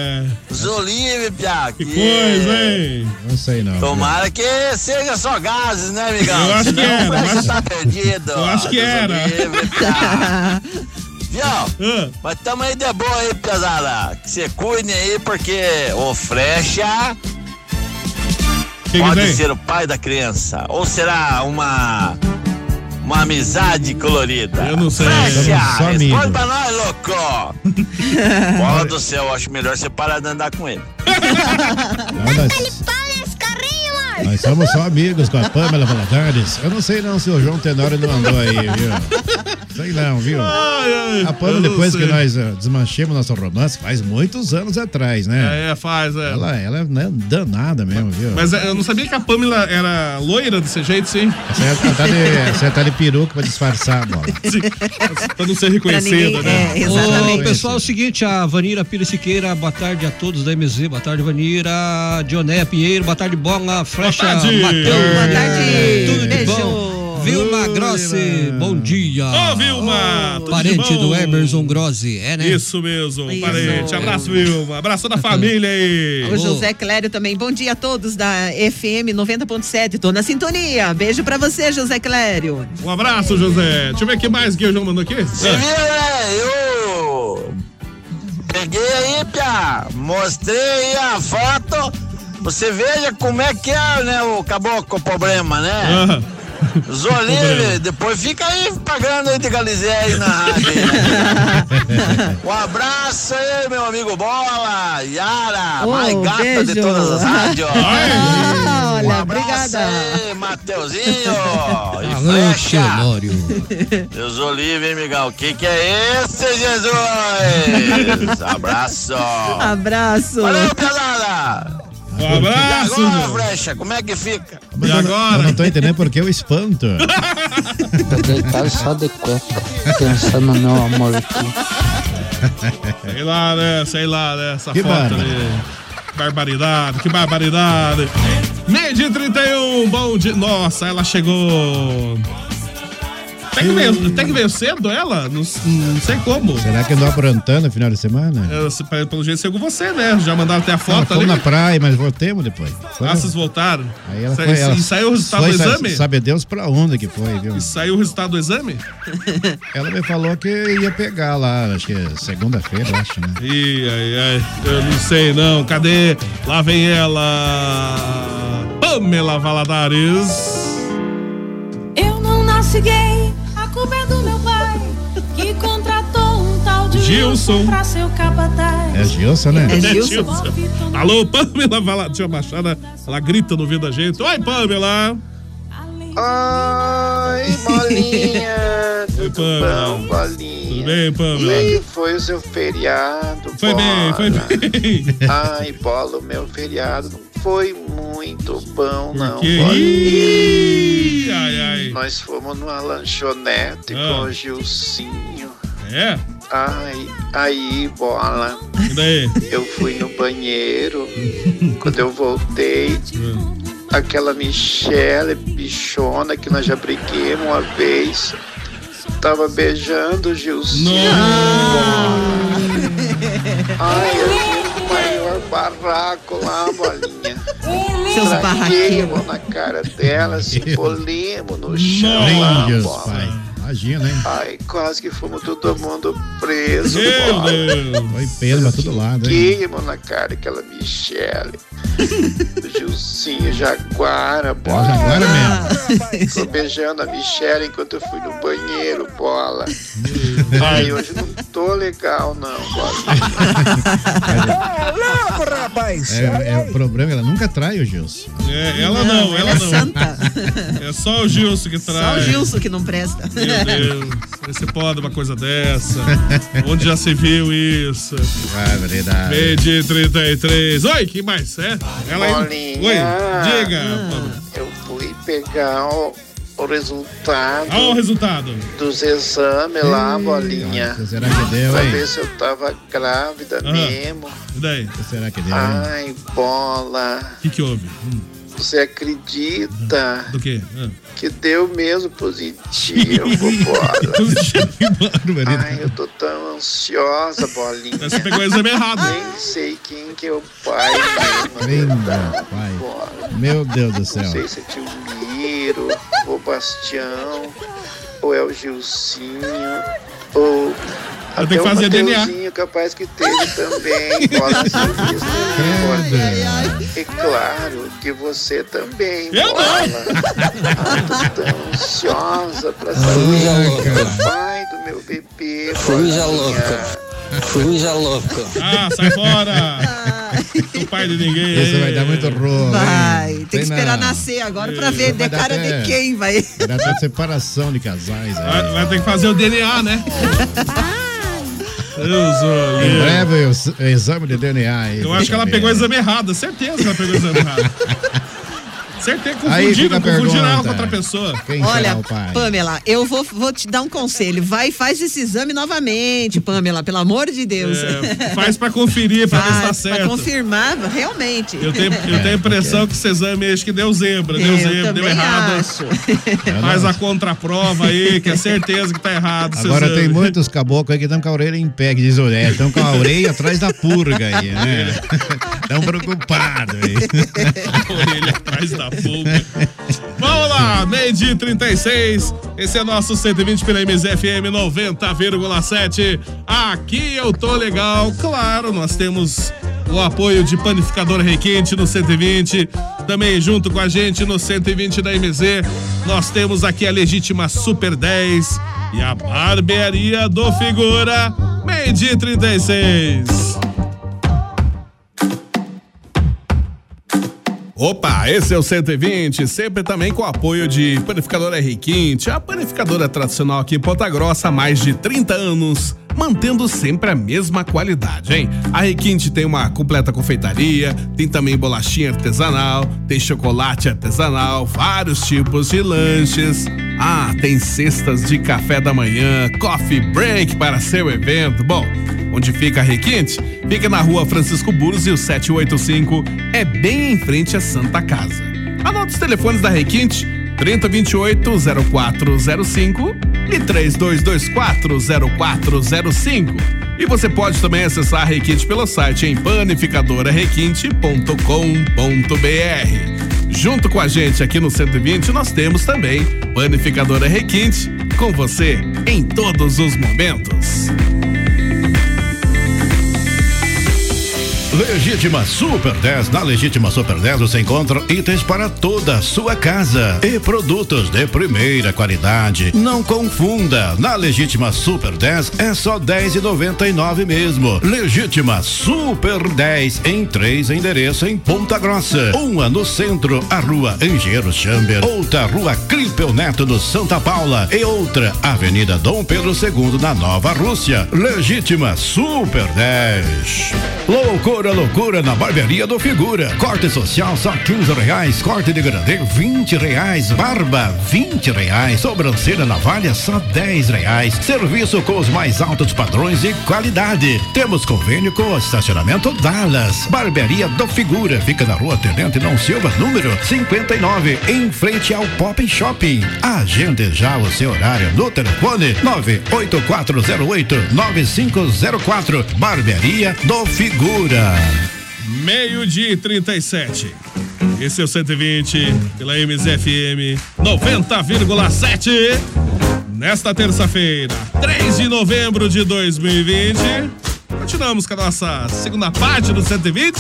Speaker 13: Zolive, Pia. Que,
Speaker 10: coisa, Não sei não.
Speaker 13: Tomara que seja só gases, né, amigão?
Speaker 10: Eu acho
Speaker 13: Senão
Speaker 10: que era,
Speaker 13: o Frecha
Speaker 10: mas-
Speaker 13: tá perdido.
Speaker 10: Eu acho que era.
Speaker 13: Zolive, Pia. Viu? Mas tamo aí de boa aí, pesada. Que se cuidem aí, porque o Frecha... Pode ser o pai da criança. Ou será uma. Uma amizade colorida. Eu não sei.
Speaker 10: Somos só
Speaker 13: Fecha!
Speaker 10: amigos.
Speaker 13: Responde pra nós, louco! Bola do céu, acho melhor você parar de andar com ele.
Speaker 10: Não, nós, nós somos só amigos com a Pamela Valadares. Eu não sei não se o João Tenório não mandou aí, viu? Sei não, viu? a
Speaker 2: eu
Speaker 10: Pamela,
Speaker 2: não
Speaker 10: depois que
Speaker 2: sei.
Speaker 10: nós eh, desmanchemos nosso romance, faz muitos anos atrás, né?
Speaker 2: É, faz, é.
Speaker 10: Ela, ela é né, danada mesmo, viu?
Speaker 2: Mas é, eu não sabia que a Pamela era loira desse jeito, sim.
Speaker 14: é
Speaker 10: Ela tá de, você tá de peruca pra disfarçar a bola.
Speaker 2: Pra não ser reconhecida, né?
Speaker 6: Ô, pessoal, é o seguinte, a Vanira Pires Siqueira, boa tarde a todos da MZ, boa tarde Vanira, Dioné Pinheiro, boa tarde Bola, Flecha,
Speaker 1: tarde.
Speaker 6: Matheus.
Speaker 1: Boa tarde,
Speaker 6: Tudo de
Speaker 1: beijo.
Speaker 6: bom. Vilma Grossi, bom dia.
Speaker 2: Ô, Vilma, tudo de
Speaker 6: Parente
Speaker 2: bom?
Speaker 6: do Emerson Grossi, é né?
Speaker 2: Isso mesmo,
Speaker 7: Isso.
Speaker 2: parente. Abraço, Vilma. Abraço da família aí.
Speaker 7: O José Clério também. Bom dia a todos da FM 90.7. Tô na sintonia. Beijo pra você, José Clério.
Speaker 2: Um abraço, José. Deixa eu ver o que mais que o João mandou aqui.
Speaker 13: Você viu,
Speaker 6: É,
Speaker 13: né? Eu peguei aí, Pia, mostrei aí a foto. Você veja como é que é, né, o caboclo, o problema, né? Zolive, depois fica aí pagando aí de galizé aí na rádio. aí, né? um abraço aí, meu amigo Bola, Yara,
Speaker 1: Oh,
Speaker 13: mais gata de
Speaker 1: beijo.
Speaker 13: todas as rádios.
Speaker 1: Ai.
Speaker 13: um
Speaker 1: Olha,
Speaker 13: abraço
Speaker 1: obrigada.
Speaker 13: aí, Mateuzinho.
Speaker 6: Alô, Tenório.
Speaker 13: Deus o livre, hein, Miguel? O que, que é esse, Jesus? Abraço!
Speaker 7: Abraço.
Speaker 13: Valeu, pelada!
Speaker 2: Um
Speaker 13: abraço! E agora, Frecha, como é que fica?
Speaker 10: Mas eu não- Eu não tô entendendo porque eu espanto.
Speaker 6: um-
Speaker 14: Deitado só de cueca, pensando no meu amor aqui.
Speaker 2: Sei lá, né? Sei lá, né? Essa
Speaker 14: Que
Speaker 2: foto
Speaker 14: bárbaro.
Speaker 2: ali. Barbaridade, que barbaridade. Meio de 31, bom dia. Nossa, ela chegou. Até que veio, até que veio cedo ela? Não, s- Hum, não sei como.
Speaker 10: Será que andou aprontando no final de semana?
Speaker 2: Eu, se- pelo jeito saiu com você, né? Já mandaram até a
Speaker 10: Não,
Speaker 2: foto
Speaker 10: fomos
Speaker 2: ali.
Speaker 10: na praia, mas voltemos depois.
Speaker 2: Ah, vocês voltaram?
Speaker 10: Aí ela
Speaker 2: Sa-
Speaker 10: foi, ela
Speaker 2: e saiu o resultado
Speaker 10: foi,
Speaker 2: do
Speaker 10: sabe-
Speaker 2: exame?
Speaker 10: Sabe Deus pra onde que foi, viu?
Speaker 2: E saiu o resultado do exame?
Speaker 10: Ela me falou que ia pegar lá, acho que é segunda-feira, acho, né?
Speaker 2: Ih, ai, ai, eu não sei não. Cadê? Lá vem ela. Pamela Valadares.
Speaker 15: Eu não nasci gay, a culpa é do meu pai, que contratou um tal de
Speaker 2: Gilson.
Speaker 15: Wilson pra seu capataz.
Speaker 10: É Gilson, né?
Speaker 2: É Gilson. Alô, Pamela Valadares. Tia Machada, né? ela grita no ouvido da gente. Oi, Pamela.
Speaker 16: Oi, bolinha!
Speaker 2: Oi,
Speaker 16: Tudo
Speaker 2: Pamela.
Speaker 16: bom, bolinha?
Speaker 2: Tudo bem,
Speaker 16: Como é
Speaker 2: Pamela?
Speaker 16: que foi o seu feriado?
Speaker 2: Foi bem, foi bem.
Speaker 16: Ai, bola, o meu feriado não foi muito bom, não.
Speaker 2: quê?
Speaker 16: bolinha.
Speaker 2: Ih, ai, ai.
Speaker 16: Nós fomos numa lanchonete
Speaker 2: Ah.
Speaker 16: com o Gilcinho.
Speaker 2: É?
Speaker 16: Ai, aí, bola.
Speaker 2: E daí?
Speaker 16: Eu fui no banheiro. Quando eu voltei,
Speaker 2: É.
Speaker 16: aquela Michelle bichona que nós já briguemos uma vez, tava beijando o Gilson. Ai, eu vi o maior barraco lá, bolinha.
Speaker 7: Seus
Speaker 16: barraquinhos. na cara dela, se polimo no chão lá,
Speaker 10: Meu Deus,
Speaker 16: bola.
Speaker 10: pai. Imagina, hein?
Speaker 16: Ai, quase que fomos todo mundo preso,
Speaker 10: Meu
Speaker 16: bola.
Speaker 10: Foi peso pra todo lado, hein?
Speaker 16: Queimam na cara aquela Michele. o Gilcinho Jaguara, bola.
Speaker 10: Jaguara
Speaker 16: mesmo. Tô beijando a Michele enquanto eu fui no banheiro, bola. Ai, hoje não tô legal, não, bola.
Speaker 10: louco, rapaz! É, é o problema, ela nunca trai o Gilson.
Speaker 2: É, ela não, ela, não. É só o Gilson que
Speaker 7: Só o
Speaker 2: traz.
Speaker 7: Gilson que não presta.
Speaker 2: Meu Deus, você pode uma coisa dessa? Onde já se viu isso?
Speaker 10: É verdade.
Speaker 2: Meio de 33. Oi, que mais é? Ela ainda-
Speaker 16: Bolinha.
Speaker 2: Oi, diga. Pamela.
Speaker 16: Eu fui pegar o, o resultado.
Speaker 2: Olha o resultado.
Speaker 16: Dos exames lá, bolinha.
Speaker 10: olha, será que deu,
Speaker 16: pra
Speaker 10: hein?
Speaker 16: ver se eu tava grávida
Speaker 2: Ah.
Speaker 16: mesmo.
Speaker 2: E daí?
Speaker 10: Será que deu? hein?
Speaker 16: Ai, bola.
Speaker 2: O que, que houve?
Speaker 16: Você acredita
Speaker 2: Do quê? Ah.
Speaker 16: que deu mesmo positivo, bola? Ai, eu tô tão ansiosa, bolinha.
Speaker 2: Mas você pegou o exame errado.
Speaker 16: Nem sei quem que é o pai mesmo,
Speaker 10: Linda, pai. Meu Deus do
Speaker 16: Não
Speaker 10: céu.
Speaker 16: sei se é tio Miro, ou Bastião, ou é o Gilcinho, ou.
Speaker 2: Eu tenho que
Speaker 16: o
Speaker 2: fazer DNA.
Speaker 16: Mateuzinho, capaz que teve também. Bola Silvestre, bola. E claro que você também.
Speaker 1: Eu não.
Speaker 16: bola. Ai, tô tão ansiosa pra saber o pai do meu bebê.
Speaker 14: Coisa
Speaker 16: bolinha.
Speaker 14: louca. Coisa louca.
Speaker 2: Ah, sai fora! Sou pai de ninguém.
Speaker 10: Isso vai dar muito rolo.
Speaker 7: Vai,
Speaker 10: hein?
Speaker 7: tem que
Speaker 10: Sei
Speaker 7: esperar
Speaker 10: não.
Speaker 7: nascer agora pra ver de
Speaker 10: Vai dar
Speaker 7: cara
Speaker 10: até-
Speaker 7: de quem vai.
Speaker 10: Dá até separação de casais né? aí.
Speaker 2: Ah, Vai, vai ter que fazer o DNA, né? Deus, olha.
Speaker 10: Em breve o ex- o exame de DNA aí.
Speaker 2: Eu acho que ela pegou o exame errado, certeza que ela pegou o exame errado. Acertei,
Speaker 10: Aí fica
Speaker 2: confundiram,
Speaker 10: a
Speaker 2: confundiram ela
Speaker 10: pergunta.
Speaker 2: com outra pessoa.
Speaker 10: Quem será
Speaker 7: Olha,
Speaker 10: o pai?
Speaker 7: Pamela, eu vou, vou te dar um conselho. Vai e faz esse exame novamente, Pamela, pelo amor de Deus.
Speaker 2: É, faz pra conferir, pra ver se tá
Speaker 7: Faz, pra
Speaker 2: certo.
Speaker 7: confirmar, realmente.
Speaker 2: Eu tenho, eu tenho a impressão que esse exame acho que deu zebra, deu
Speaker 7: É, Eu
Speaker 2: zebra, deu
Speaker 7: também
Speaker 2: errado.
Speaker 7: acho.
Speaker 2: Faz a contraprova aí, que é certeza que tá errado. esse
Speaker 10: Agora
Speaker 2: exame.
Speaker 10: tem muitos caboclos aí que estão com a orelha em pé, que diz orelha, estão com a orelha atrás da purga aí, né? Estão preocupados aí.
Speaker 2: orelha atrás da pulga. Vamos lá, meio dia e 36. Esse é nosso 120 pela MZFM 90,7. Aqui eu tô legal. Claro, nós temos o apoio de Panificador Requinte no 120. Também junto com a gente no 120 da MZ, nós temos aqui a legítima Super 10 e a Barbearia do Figura. Meio dia e 36. Opa, esse é o 120, sempre também com o apoio de Panificadora R. Quinte, a panificadora tradicional aqui em Ponta Grossa há mais de 30 anos, mantendo sempre a mesma qualidade, hein? A Requinte tem uma completa confeitaria, tem também bolachinha artesanal, tem chocolate artesanal, vários tipos de lanches. Ah, tem cestas de café da manhã, coffee break para seu evento. Bom, Onde fica a Requinte? Fica na rua Francisco Burros e o 785 é bem em frente à Santa Casa. Anota os telefones da Requinte 3028-0405 e 3224-0405. E você pode também acessar a Requinte pelo site em panificadorarequinte.com.br. Junto com a gente aqui no 120, nós temos também Panificadora Requinte, com você em todos os momentos.
Speaker 17: Legítima Super 10. Na Legítima Super 10 você encontra itens para toda a sua casa e produtos de primeira qualidade. Não confunda. Na Legítima Super 10 é só 10 e mesmo. Legítima Super 10 em três endereços em Ponta Grossa. Uma no centro, a rua Engenheiro Chamber. Outra, rua Clipeu Neto no Santa Paula. E outra, Avenida Dom Pedro II na Nova Rússia. Legítima Super 10. Loucura, loucura na barbearia do Figura. Corte social só 15 reais. Corte de grande 20 reais. Barba 20 reais. Sobrancelha navalha só 10 reais. Serviço com os mais altos padrões e qualidade. Temos convênio com o estacionamento Dallas. Barbearia do Figura. Fica na rua Tenente Não Silva, número 59, em frente ao Pop Shopping. Agende já o seu horário no telefone 98408-9504. Barbearia do Figura.
Speaker 2: Meio-dia e 37. Esse é o 120 pela MZFM 90,7. Nesta terça-feira, 3 de novembro de 2020. Continuamos com a nossa segunda parte do 120.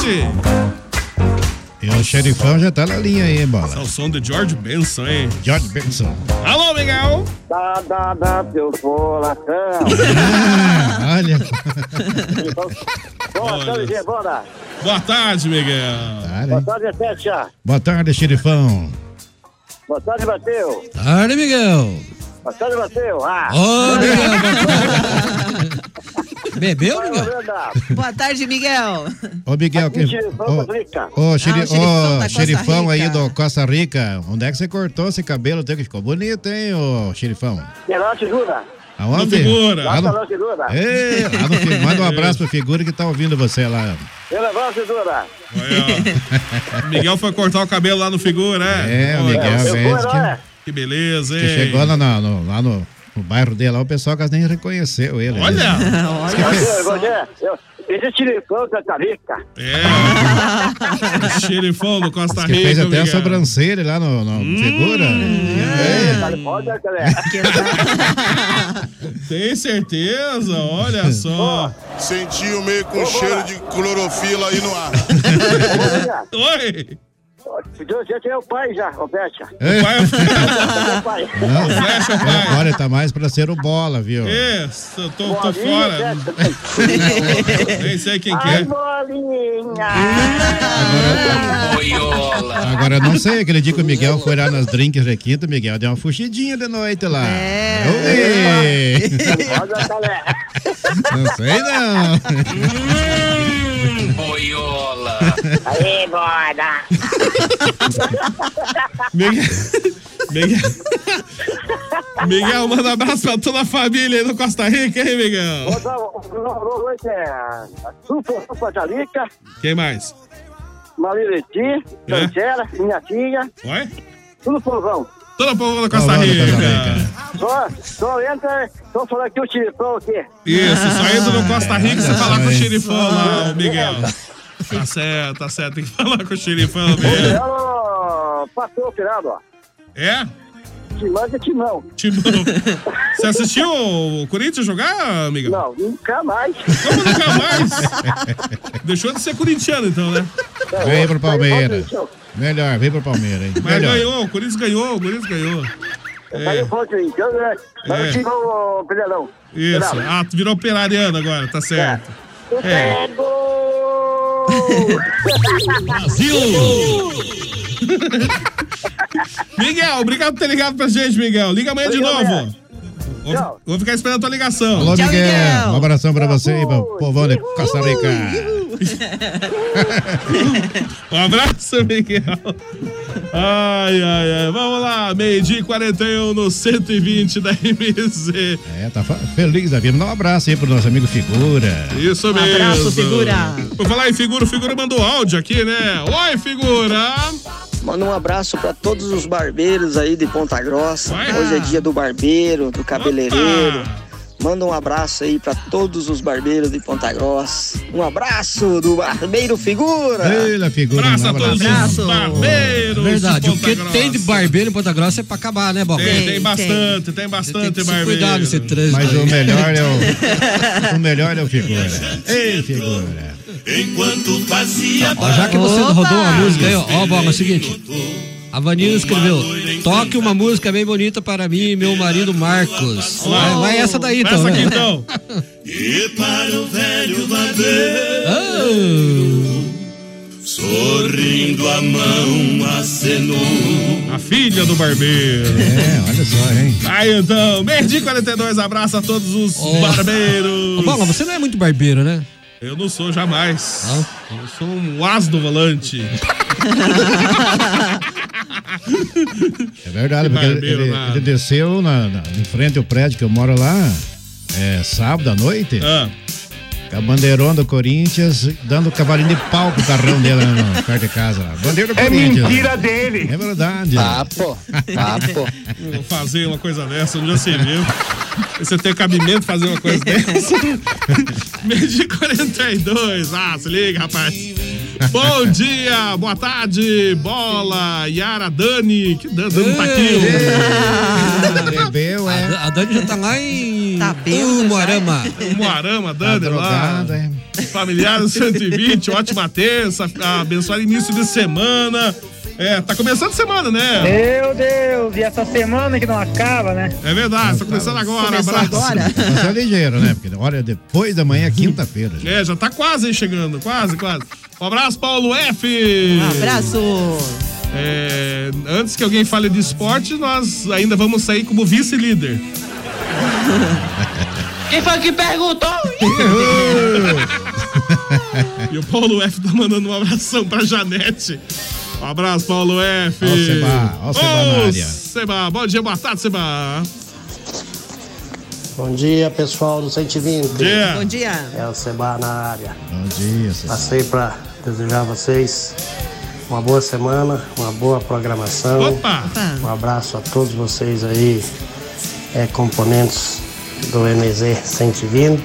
Speaker 10: E o xerifão já tá na linha aí, bola.
Speaker 2: É o som de George Benson, hein?
Speaker 10: George Benson.
Speaker 2: Alô, Miguel!
Speaker 18: Dá, dá, dá, Tá, seu folacão.
Speaker 10: Olha.
Speaker 18: Boa tarde, Gebora.
Speaker 2: Boa tarde, Miguel.
Speaker 18: Boa tarde, Fecha.
Speaker 10: Boa tarde, xerifão.
Speaker 18: Boa tarde, Bateu.
Speaker 6: Tarde, Miguel.
Speaker 18: Boa tarde, Bateu. Ah.
Speaker 6: Ô, Miguel.
Speaker 10: Bebeu,
Speaker 18: Miguel?
Speaker 7: Boa tarde, Miguel.
Speaker 10: Ô, Miguel, que...
Speaker 7: xerifão da Rica.
Speaker 10: Ô, ô, xeri-
Speaker 7: Ah, o xerifão
Speaker 10: ô,
Speaker 7: da Costa
Speaker 10: xerifão aí
Speaker 7: Rica.
Speaker 10: do Costa Rica, onde é que você cortou esse cabelo teu que ficou bonito, hein, ô xerifão?
Speaker 18: Geral, segura.
Speaker 10: Aonde? Lá
Speaker 18: Lá
Speaker 10: no...
Speaker 18: no segura.
Speaker 10: Ei, lá no fi- Manda um abraço pro figura que tá ouvindo você lá.
Speaker 18: Geral, segura.
Speaker 2: Miguel foi cortar o cabelo lá no Figura, né?
Speaker 10: É, o Miguel Mendes que-
Speaker 2: que... beleza, hein?
Speaker 10: Que chegou lá, na- no, lá no, no bairro dele, lá, o pessoal quase nem reconheceu ele. né?
Speaker 2: Olha!
Speaker 10: Diz que fez-
Speaker 18: Olha, Rogério, eu- esse xerifão da Carica.
Speaker 2: É. O xerifão do Costa
Speaker 10: diz
Speaker 2: Rica.
Speaker 10: que fez até a
Speaker 2: Miguel. Hum.
Speaker 10: sobrancelha lá no, no figura.
Speaker 18: Olha, galera.
Speaker 2: Tem certeza? Olha só.
Speaker 3: Sentiu meio com cheiro de clorofila aí no ar.
Speaker 2: Oi!
Speaker 18: Deus, já tem o pai já, ô Fecha.
Speaker 10: É.
Speaker 18: O
Speaker 2: é
Speaker 18: pai.
Speaker 10: Não, Olha, tá mais pra ser o bola, viu?
Speaker 2: Isso, eu tô, tô
Speaker 18: Bolinha,
Speaker 2: fora. Nem sei quem que é.
Speaker 10: Agora eu não sei, aquele dia que o Miguel foi lá nas drinks requinta, o Miguel deu uma fugidinha de noite lá. É.
Speaker 18: Olha, galera.
Speaker 10: Não sei não.
Speaker 19: Hum,
Speaker 18: Boiola. Aí, bora.
Speaker 2: Miguel, Miguel, Miguel, manda abraço pra toda a família aí no Costa Rica, hein, Miguel?
Speaker 18: Boa noite, é a Super Super Jalica,
Speaker 2: Quem mais?
Speaker 18: Marileti, Tangela, minha tia.
Speaker 2: É? Oi?
Speaker 18: Tudo povão.
Speaker 2: Toda a povo da Costa Rica.
Speaker 18: Só, só entra, só falar aqui o xerifão
Speaker 2: É.
Speaker 18: aqui.
Speaker 2: Isso, só indo no
Speaker 10: Ah,
Speaker 2: Costa Rica você falar com o xerifão lá, o Miguel. Tá certo, tá certo, tem que falar com o xerifão mesmo.
Speaker 18: Ela passou o final, ó.
Speaker 2: É?
Speaker 18: Timão é timão.
Speaker 2: Timão. Tipo, Você assistiu o Corinthians jogar, Miguel?
Speaker 18: Não, nunca mais.
Speaker 2: Como nunca mais? Deixou de ser corintiano, então, né?
Speaker 10: Vem pro Palmeiras. Melhor, vem pro Palmeiras, hein?
Speaker 2: Mas
Speaker 10: Melhor.
Speaker 2: ganhou, o Corinthians ganhou, o Corinthians ganhou.
Speaker 18: Aí eu falo que então, né? Mas
Speaker 2: É.
Speaker 18: o Timão, Pedrão.
Speaker 2: Isso. Ah, tu virou operariano agora, tá certo.
Speaker 18: Eu
Speaker 2: É.
Speaker 18: pego!
Speaker 2: Miguel, obrigado por ter ligado pra gente, Miguel. Liga amanhã de
Speaker 10: Obrigado,
Speaker 2: novo. Vou, vou ficar esperando a tua ligação.
Speaker 10: Alô, Miguel. Um abração pra você e pro povão de Costa Rica.
Speaker 2: Um abraço, Miguel. Ai, ai, ai. Vamos lá, meio-dia e 41 no 120 da MZ.
Speaker 10: É, tá fa- feliz da vida. Dá um abraço aí pro nosso amigo Figura.
Speaker 2: Isso
Speaker 10: Um
Speaker 2: mesmo.
Speaker 10: abraço, figura.
Speaker 2: Vou falar em figura, o figura mandou áudio aqui, né? Oi, figura.
Speaker 20: Manda um abraço pra todos os barbeiros aí de Ponta Grossa. Hoje é dia do barbeiro, do cabeleireiro. Manda um abraço aí pra todos os barbeiros de Ponta Grossa. Um abraço do Barbeiro Figura.
Speaker 10: Eita, figura.
Speaker 20: Abraço
Speaker 10: um
Speaker 20: a todos os
Speaker 10: abraço.
Speaker 2: Barbeiros.
Speaker 6: Verdade, um
Speaker 2: de
Speaker 6: o que
Speaker 2: Ponta
Speaker 6: tem de barbeiro em Ponta Grossa é pra acabar, né, Bob?
Speaker 2: Tem, tem bastante, tem, bastante
Speaker 6: que se
Speaker 2: barbeiro.
Speaker 6: cuidar nesse trânsito
Speaker 10: Mas o
Speaker 6: aí.
Speaker 10: melhor é o. O melhor é o Figura. Ei, Figura.
Speaker 1: Enquanto fazia
Speaker 6: Ó, já que você rodou uma música aí, ó, ó Bob, é o seguinte. A Vanina escreveu: toque uma música bem bonita para mim e meu marido Marcos. Vai, vai essa daí, então.
Speaker 1: Essa
Speaker 6: né?
Speaker 1: aqui, então. E para o velho
Speaker 2: Ah!
Speaker 1: barbeiro, sorrindo a mão acenou.
Speaker 2: A filha do barbeiro.
Speaker 10: É, olha só, hein?
Speaker 2: Aí então, Merdi 42, abraço a todos os barbeiros.
Speaker 6: Ô, Bola, você não é muito barbeiro, né?
Speaker 2: Eu não sou jamais. Eu sou um as do volante.
Speaker 10: É verdade,
Speaker 2: Que
Speaker 10: porque ele,
Speaker 2: barbeiro né?
Speaker 10: ele-
Speaker 2: nada.
Speaker 10: ele desceu na, na- em frente ao prédio que eu moro lá, é, sábado à noite.
Speaker 2: Ah.
Speaker 10: Com A bandeirona do Corinthians dando cavalinho de pau pro carrão dele lá no- perto de casa. Lá. Bandeira
Speaker 21: É
Speaker 10: do Corinthians.
Speaker 2: dele.
Speaker 10: É verdade.
Speaker 21: Ah,
Speaker 2: Papo,
Speaker 10: papo.
Speaker 2: Vou fazer uma coisa dessa, não já se viu. Você tem cabimento fazer uma coisa dessa? Medi 42. Ah, se liga, rapaz. Bom dia, boa tarde, bola, Yara, Dani. Que Dani, Dani não tá aqui.
Speaker 10: Bebeu, é.
Speaker 6: A Dani já tá lá em Umuarama.
Speaker 2: Moarama, Dani,
Speaker 6: Tá
Speaker 2: lá.
Speaker 6: drogada,
Speaker 2: Familiar 120, ótima terça, abençoado início de semana. É, tá começando a semana, né?
Speaker 13: É.
Speaker 21: Meu Deus, e essa semana que não acaba, né?
Speaker 2: É verdade, tá começando agora,
Speaker 21: Começou
Speaker 2: abraço.
Speaker 21: agora?
Speaker 10: Mas é ligeiro, né? Porque olha, depois da manhã é quinta-feira.
Speaker 2: É, já tá quase aí chegando, quase, quase. Um abraço, Paulo F. Um
Speaker 7: abraço.
Speaker 2: É, antes que alguém fale de esporte, nós ainda vamos sair como vice-líder.
Speaker 1: Quem foi que perguntou?
Speaker 2: e o Paulo F tá mandando um abração pra Janete. Um abraço, Paulo F.
Speaker 1: Ó o Seba, ó o Seba na
Speaker 2: Ô,
Speaker 1: área.
Speaker 2: Seba, bom dia, boa tarde, Seba.
Speaker 22: Bom dia, pessoal do 120. Bom
Speaker 2: dia. Bom
Speaker 7: dia.
Speaker 22: É o Seba na área.
Speaker 10: Bom dia,
Speaker 22: Passei para desejar a vocês uma boa semana, uma boa programação.
Speaker 2: Opa!
Speaker 22: Um abraço a todos vocês aí, é, componentes do MZ 120.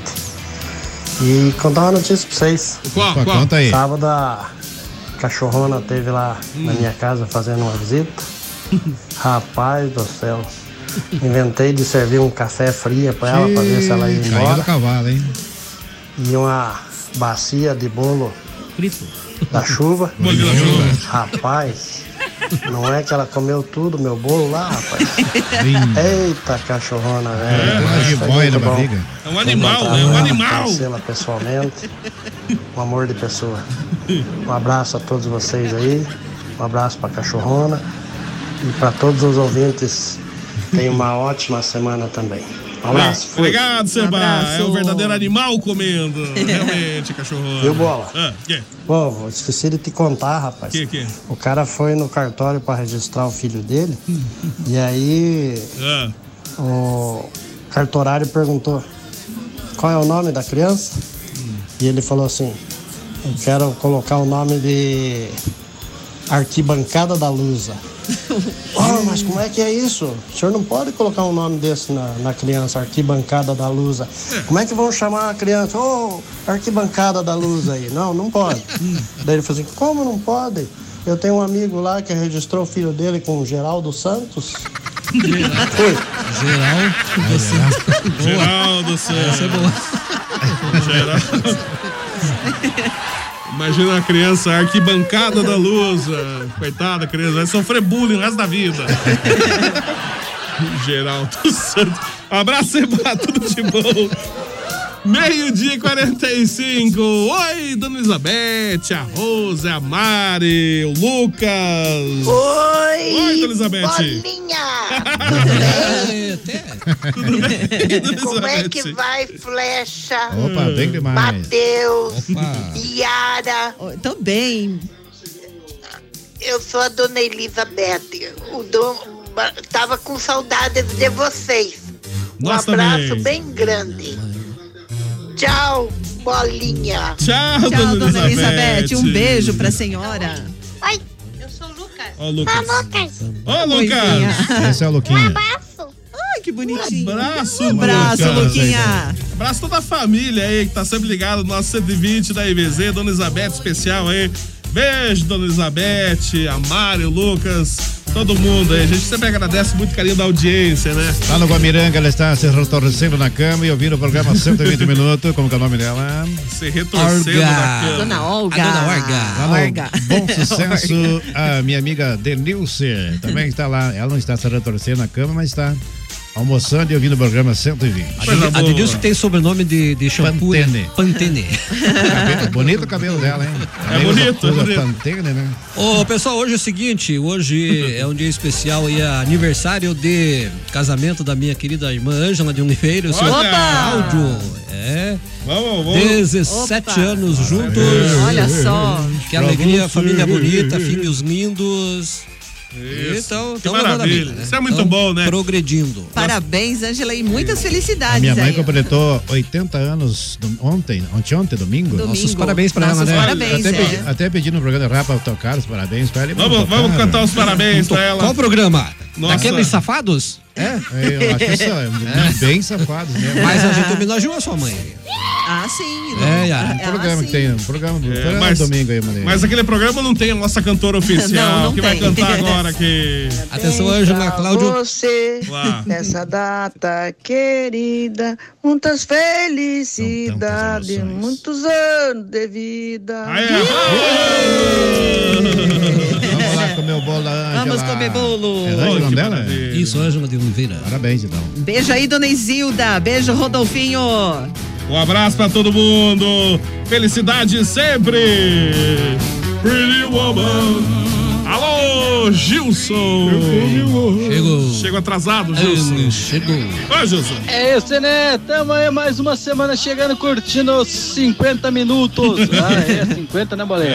Speaker 22: E contar uma notícia pra vocês.
Speaker 2: Qual, Opa, qual? conta aí.
Speaker 22: Sábado a cachorrona teve lá na
Speaker 2: Hum.
Speaker 22: minha casa fazendo uma visita. Rapaz do céu. Inventei de servir um café fria pra ela, pra ver se ela ia
Speaker 10: Ih, Caiu do
Speaker 22: embora.
Speaker 10: cavalo, hein?
Speaker 22: E uma bacia de bolo da chuva. Rapaz, não é que ela comeu tudo, meu bolo lá, rapaz. Eita, cachorrona, velho.
Speaker 10: É, uma
Speaker 22: Isso é
Speaker 10: jiboia
Speaker 22: muito
Speaker 10: na
Speaker 22: bom.
Speaker 10: barriga.
Speaker 2: É um animal, né? É um
Speaker 22: Encontrar ela,
Speaker 2: animal.
Speaker 22: Conhecê-la pessoalmente. Um amor de pessoa. Um abraço a todos vocês aí. Um abraço pra cachorrona. E pra todos os ouvintes, tenha uma ótima semana também. Um abraço. fui.
Speaker 2: É. Obrigado, Seba.
Speaker 22: Um abraço.
Speaker 2: é o verdadeiro animal comendo. Realmente, cachorro.
Speaker 22: Viu, Bola?
Speaker 2: Ah, que?
Speaker 22: Pô, vou- esqueci de te contar, rapaz.
Speaker 2: Que, que?
Speaker 22: O cara foi no cartório pra registrar o filho dele. e aí
Speaker 2: Ah.
Speaker 22: o cartorário perguntou qual é o nome da criança. E ele falou assim, eu quero colocar o nome de Arquibancada da Lusa. Oh, mas como é que é isso? O senhor não pode colocar um nome desse na, na criança, arquibancada da Lusa. Como é que vão chamar a criança? Ô, arquibancada da Lusa aí. Não, não pode. Daí ele falou assim, como não pode? Eu tenho um amigo lá que registrou o filho dele com o Geraldo Santos. Foi.
Speaker 10: é.
Speaker 22: Então,
Speaker 2: Geraldo Santos. Geraldo Santos. é boa. Geraldo. Imagina a criança, a arquibancada da Lusa. Coitada, criança, vai sofrer bullying o resto da vida. Geraldo Santos. Abraço, Seba, tudo de bom. Meio-dia e 45. Oi, Dona Elizabeth, a Rose, a Mari, o Lucas.
Speaker 1: Oi!
Speaker 2: Oi, Dona Elizabeth.
Speaker 1: Bolinha!
Speaker 2: Tudo bem?
Speaker 1: Como é que
Speaker 2: Elizabeth?
Speaker 1: vai, Flecha?
Speaker 10: Opa, bem demais.
Speaker 1: Matheus,
Speaker 10: Opa.
Speaker 1: Yara.
Speaker 7: Também.
Speaker 1: Eu sou a Dona Elizabeth. O dom... Tava com saudades de vocês. Um
Speaker 2: Nós
Speaker 1: abraço
Speaker 2: também.
Speaker 1: bem grande. Tchau, Bolinha.
Speaker 7: Tchau,
Speaker 2: Tchau, Dona
Speaker 7: dona,
Speaker 2: Elizabeth.
Speaker 7: Elizabeth. Um beijo pra senhora.
Speaker 23: Oi, eu sou o Lucas.
Speaker 2: Ó, o Lucas.
Speaker 23: Ô, Lucas.
Speaker 2: Ô,
Speaker 10: Lucas! Esse é o
Speaker 1: Um
Speaker 10: Luquinha.
Speaker 7: Ai, que bonitinho.
Speaker 2: Abraço,
Speaker 7: Um abraço,
Speaker 2: Lucas.
Speaker 7: Luquinha.
Speaker 2: Abraço toda a família aí que tá sempre ligado no nosso 120 da IVZ, Dona Elizabeth especial aí. Beijo, Dona Elizabeth, a Mário, Lucas, todo mundo aí. A gente sempre agradece muito o carinho da audiência, né?
Speaker 10: Lá no Guamiranga, ela está se retorcendo na cama e ouvindo o programa 120 minutos. Como que é o nome dela?
Speaker 2: Se retorcendo
Speaker 10: Olga.
Speaker 2: na cama.
Speaker 7: Dona Olga.
Speaker 10: A dona Lá no
Speaker 7: Olga.
Speaker 10: Bom sucesso, a minha amiga Denilce também está lá. Ela não está se retorcendo na cama, mas está almoçando e ouvindo o programa 120.
Speaker 6: A Denilson tem sobrenome de, de shampoo. né? Pantene.
Speaker 10: Cabelo- bonito o cabelo dela, hein?
Speaker 6: É bonito, é
Speaker 10: Usa
Speaker 6: bonito.
Speaker 10: Pantene, né?
Speaker 6: Ô, pessoal, hoje é o seguinte, hoje é um dia especial e é aniversário de casamento da minha querida irmã Ângela de Oliveira, o seu
Speaker 1: Olha!
Speaker 6: Cláudio. É.
Speaker 2: Vamos,
Speaker 1: vamos.
Speaker 6: 17
Speaker 1: Opa!
Speaker 6: anos juntos.
Speaker 1: Olha só.
Speaker 6: Que
Speaker 1: Pra
Speaker 6: alegria,
Speaker 1: você.
Speaker 6: família bonita, filhos lindos. Então,
Speaker 2: que
Speaker 6: então levando a
Speaker 2: maravilha.
Speaker 6: vida, né?
Speaker 2: Isso é muito
Speaker 6: Então,
Speaker 2: bom, né?
Speaker 6: Progredindo.
Speaker 7: Parabéns, Angela, e muitas felicidades
Speaker 10: É. Minha mãe
Speaker 7: aí.
Speaker 10: completou 80 anos do- ontem, ontem, ontem, domingo.
Speaker 7: Domingo. Nossos parabéns pra Nossos ela, né? parabéns,
Speaker 10: até,
Speaker 7: é.
Speaker 10: pedi, até pedi no programa da Rapa tocar os parabéns pra ela. e não
Speaker 2: Vamos,
Speaker 10: tocaram.
Speaker 2: vamos cantar os parabéns pra ela.
Speaker 10: Qual o
Speaker 6: programa?
Speaker 2: Nossa.
Speaker 6: Daqueles safados?
Speaker 10: É? Eu acho que são
Speaker 6: É.
Speaker 10: bem safados, né?
Speaker 6: Mas a gente homenageou a sua mãe.
Speaker 7: Ah, sim. Ah,
Speaker 10: É, Yara. Um programa que tem, um programa do programa
Speaker 2: É, mas-
Speaker 10: domingo aí, Maneiro.
Speaker 2: Mas aquele programa não tem a nossa cantora oficial
Speaker 10: Não, não
Speaker 2: que vai
Speaker 10: tem.
Speaker 2: cantar agora aqui.
Speaker 6: Atenção,
Speaker 2: né,
Speaker 6: Ângela, Cláudio.
Speaker 24: Então, você
Speaker 2: Lá.
Speaker 24: nessa data querida, muitas felicidades, muitos anos de vida.
Speaker 10: Vamos lá comer o bolo da Ângela.
Speaker 7: Vamos comer bolo.
Speaker 10: É Ângela o
Speaker 7: Olha
Speaker 10: nome
Speaker 2: né?
Speaker 7: que
Speaker 10: dela?
Speaker 6: Isso, Ângela de Oliveira.
Speaker 10: Parabéns, então.
Speaker 7: Beijo aí, dona Isilda. Beijo, Rodolfinho.
Speaker 2: Um abraço pra todo mundo. Felicidade sempre. Pretty Woman. Alô, Gilson.
Speaker 6: Chegou.
Speaker 2: Chegou atrasado, Gilson.
Speaker 6: Chegou.
Speaker 2: Ô, Gilson.
Speaker 11: É isso, né? Tamo aí mais uma semana chegando, curtindo os 50 minutos. Ah, é 50, né, Boleia?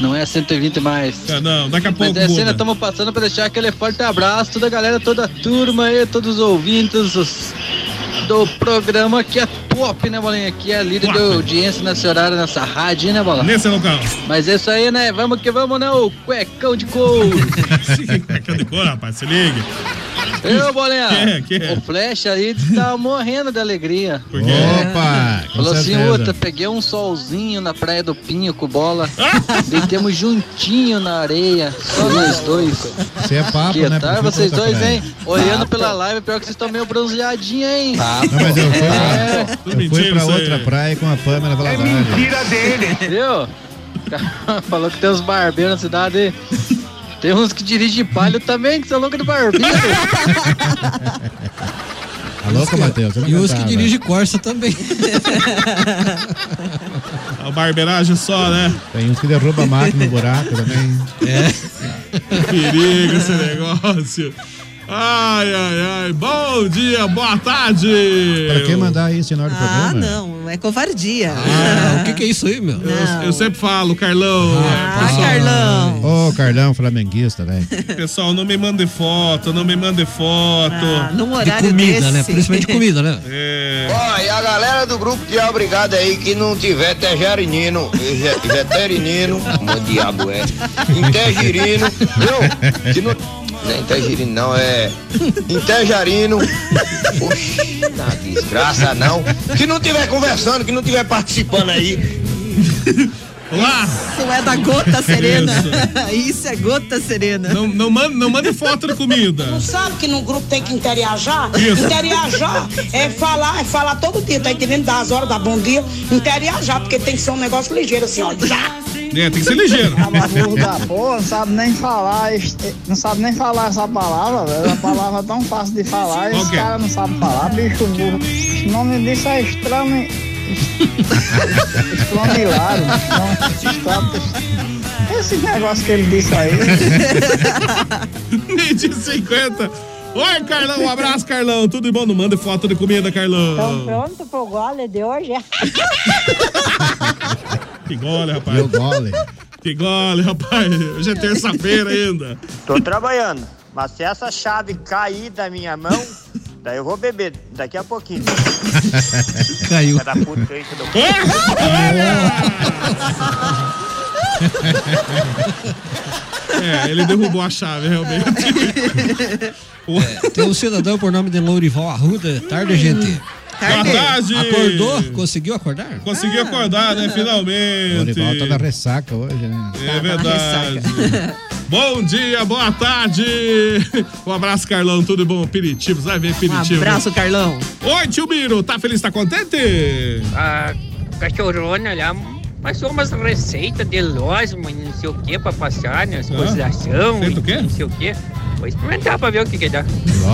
Speaker 11: Não é 120 mais.
Speaker 2: não, daqui a
Speaker 11: Mas
Speaker 2: pouco
Speaker 11: é
Speaker 2: muda.
Speaker 11: cena, estamos passando para deixar aquele forte abraço, toda a galera, toda a turma aí, todos os ouvintes os- do programa que é top, né, Bolinha? Que é líder de audiência nesse horário, nessa rádio, né, Bola?
Speaker 2: Nesse local.
Speaker 11: Mas é isso aí, né? Vamos que vamos, né? O cuecão de couro.
Speaker 2: Cadê o cor, rapaz? Se liga.
Speaker 11: Eu, Bolinha,
Speaker 2: Que é, que é?
Speaker 11: o Flecha aí tá morrendo de alegria.
Speaker 2: quê?
Speaker 10: Opa, com
Speaker 11: Falou assim,
Speaker 10: certeza.
Speaker 11: outra, peguei um solzinho na praia do Pinho com bola, deitemos juntinho na areia, só nós dois.
Speaker 10: Você é papo,
Speaker 11: que
Speaker 10: né?
Speaker 11: tal
Speaker 10: Porque
Speaker 11: vocês
Speaker 10: eu tô
Speaker 11: dois,
Speaker 10: pra
Speaker 11: hein? Olhando pela live, pior que vocês estão meio bronzeadinhos, hein? É.
Speaker 10: Não, mas eu fui, eu fui
Speaker 11: mentira
Speaker 10: pra
Speaker 11: isso aí.
Speaker 10: outra praia com a
Speaker 7: É
Speaker 10: Pamela Valadares.
Speaker 11: dele. Viu? Falou que tem uns barbeiros na cidade. hein? Tem uns que dirigem palho também, que são loucos de barbeiro.
Speaker 10: Tá louco, Matheus? Eu não
Speaker 6: E os que
Speaker 10: aguentava.
Speaker 6: dirigem Corsa também.
Speaker 2: A É barbeiragem só, né?
Speaker 10: Tem uns que derruba a máquina no buraco também.
Speaker 2: É. Perigo esse negócio. Ai, ai, ai. Bom dia, boa tarde.
Speaker 10: Pra quem mandar isso em hora do
Speaker 7: Ah,
Speaker 10: programa?
Speaker 7: não, é covardia.
Speaker 2: Ah,
Speaker 10: o que, é isso aí, meu?
Speaker 2: Eu, eu sempre falo, Carlão. É,
Speaker 7: Ah, Carlão.
Speaker 10: Ô, Carlão, flamenguista, velho.
Speaker 2: Pessoal, não me mande foto, não me mande foto.
Speaker 7: Ah, num
Speaker 2: No
Speaker 7: horário De comida, desse. né? Principalmente comida,
Speaker 2: né?
Speaker 4: Ó, e a galera do grupo de obrigado aí que não tiver tejerinino, je- jeterinino, como diabo é, intergirino, viu? Que não, não é intergirino não, é intejarino, oxi, na desgraça não, que não tiver conversando, que não tiver participando aí.
Speaker 2: Lá.
Speaker 7: Isso é da gota serena. Isso, é gota serena.
Speaker 2: Não, não, manda, não manda foto de comida.
Speaker 5: Não sabe que num grupo tem que interiajar?
Speaker 2: Isso.
Speaker 5: Interiajar é falar, é falar todo dia, tá entendendo? Das horas, da bom dia, interiajar, porque tem que ser um negócio ligeiro, assim, ó. Já.
Speaker 2: É, tem que ser ligeiro.
Speaker 7: Tá
Speaker 9: burro da Tá porra, não sabe nem falar, este- não sabe nem falar essa palavra, velho. A palavra é tão fácil de falar, e
Speaker 2: Qual
Speaker 9: esse
Speaker 2: que é?
Speaker 9: cara não sabe falar, bicho burro. O nome disso é estranho. Estramilar, Esse negócio que ele disse aí.
Speaker 2: Meio dia e 50. Oi, Carlão, um abraço, Carlão. Tudo de bom? Não manda foto de comida,
Speaker 13: Então,
Speaker 25: Estão
Speaker 2: Carlão.
Speaker 25: pronto pro gole de hoje?
Speaker 2: Que gole, rapaz. Meu gole. Que gole, rapaz. Hoje é terça-feira ainda.
Speaker 9: Tô trabalhando, mas se essa chave cair da minha mão, daí eu vou beber daqui a pouquinho.
Speaker 1: Caiu.
Speaker 9: Cada puta aí que eu dou.
Speaker 2: É, ele derrubou a chave, realmente.
Speaker 6: É, tem um cidadão por nome de Lourival Arruda. Tarde, gente.
Speaker 2: Tarde. Boa Hum, tarde.
Speaker 6: Acordou? Conseguiu acordar?
Speaker 2: Consegui acordar,
Speaker 6: Ah.
Speaker 2: né? Finalmente.
Speaker 10: Dorival tá na ressaca hoje,
Speaker 7: Tá,
Speaker 10: né?
Speaker 2: É verdade. Bom dia, boa tarde. Um abraço, Carlão. Tudo bom? Piritivos, vai ver Piritivos.
Speaker 7: Um abraço, Carlão.
Speaker 2: Oi, tio Miro. Tá feliz, tá contente?
Speaker 19: a Ah, cachorrona lá passou umas receitas de losma e não sei o que pra passar, né? As coisas da ação e não sei o que. Vou experimentar pra ver o que que dá.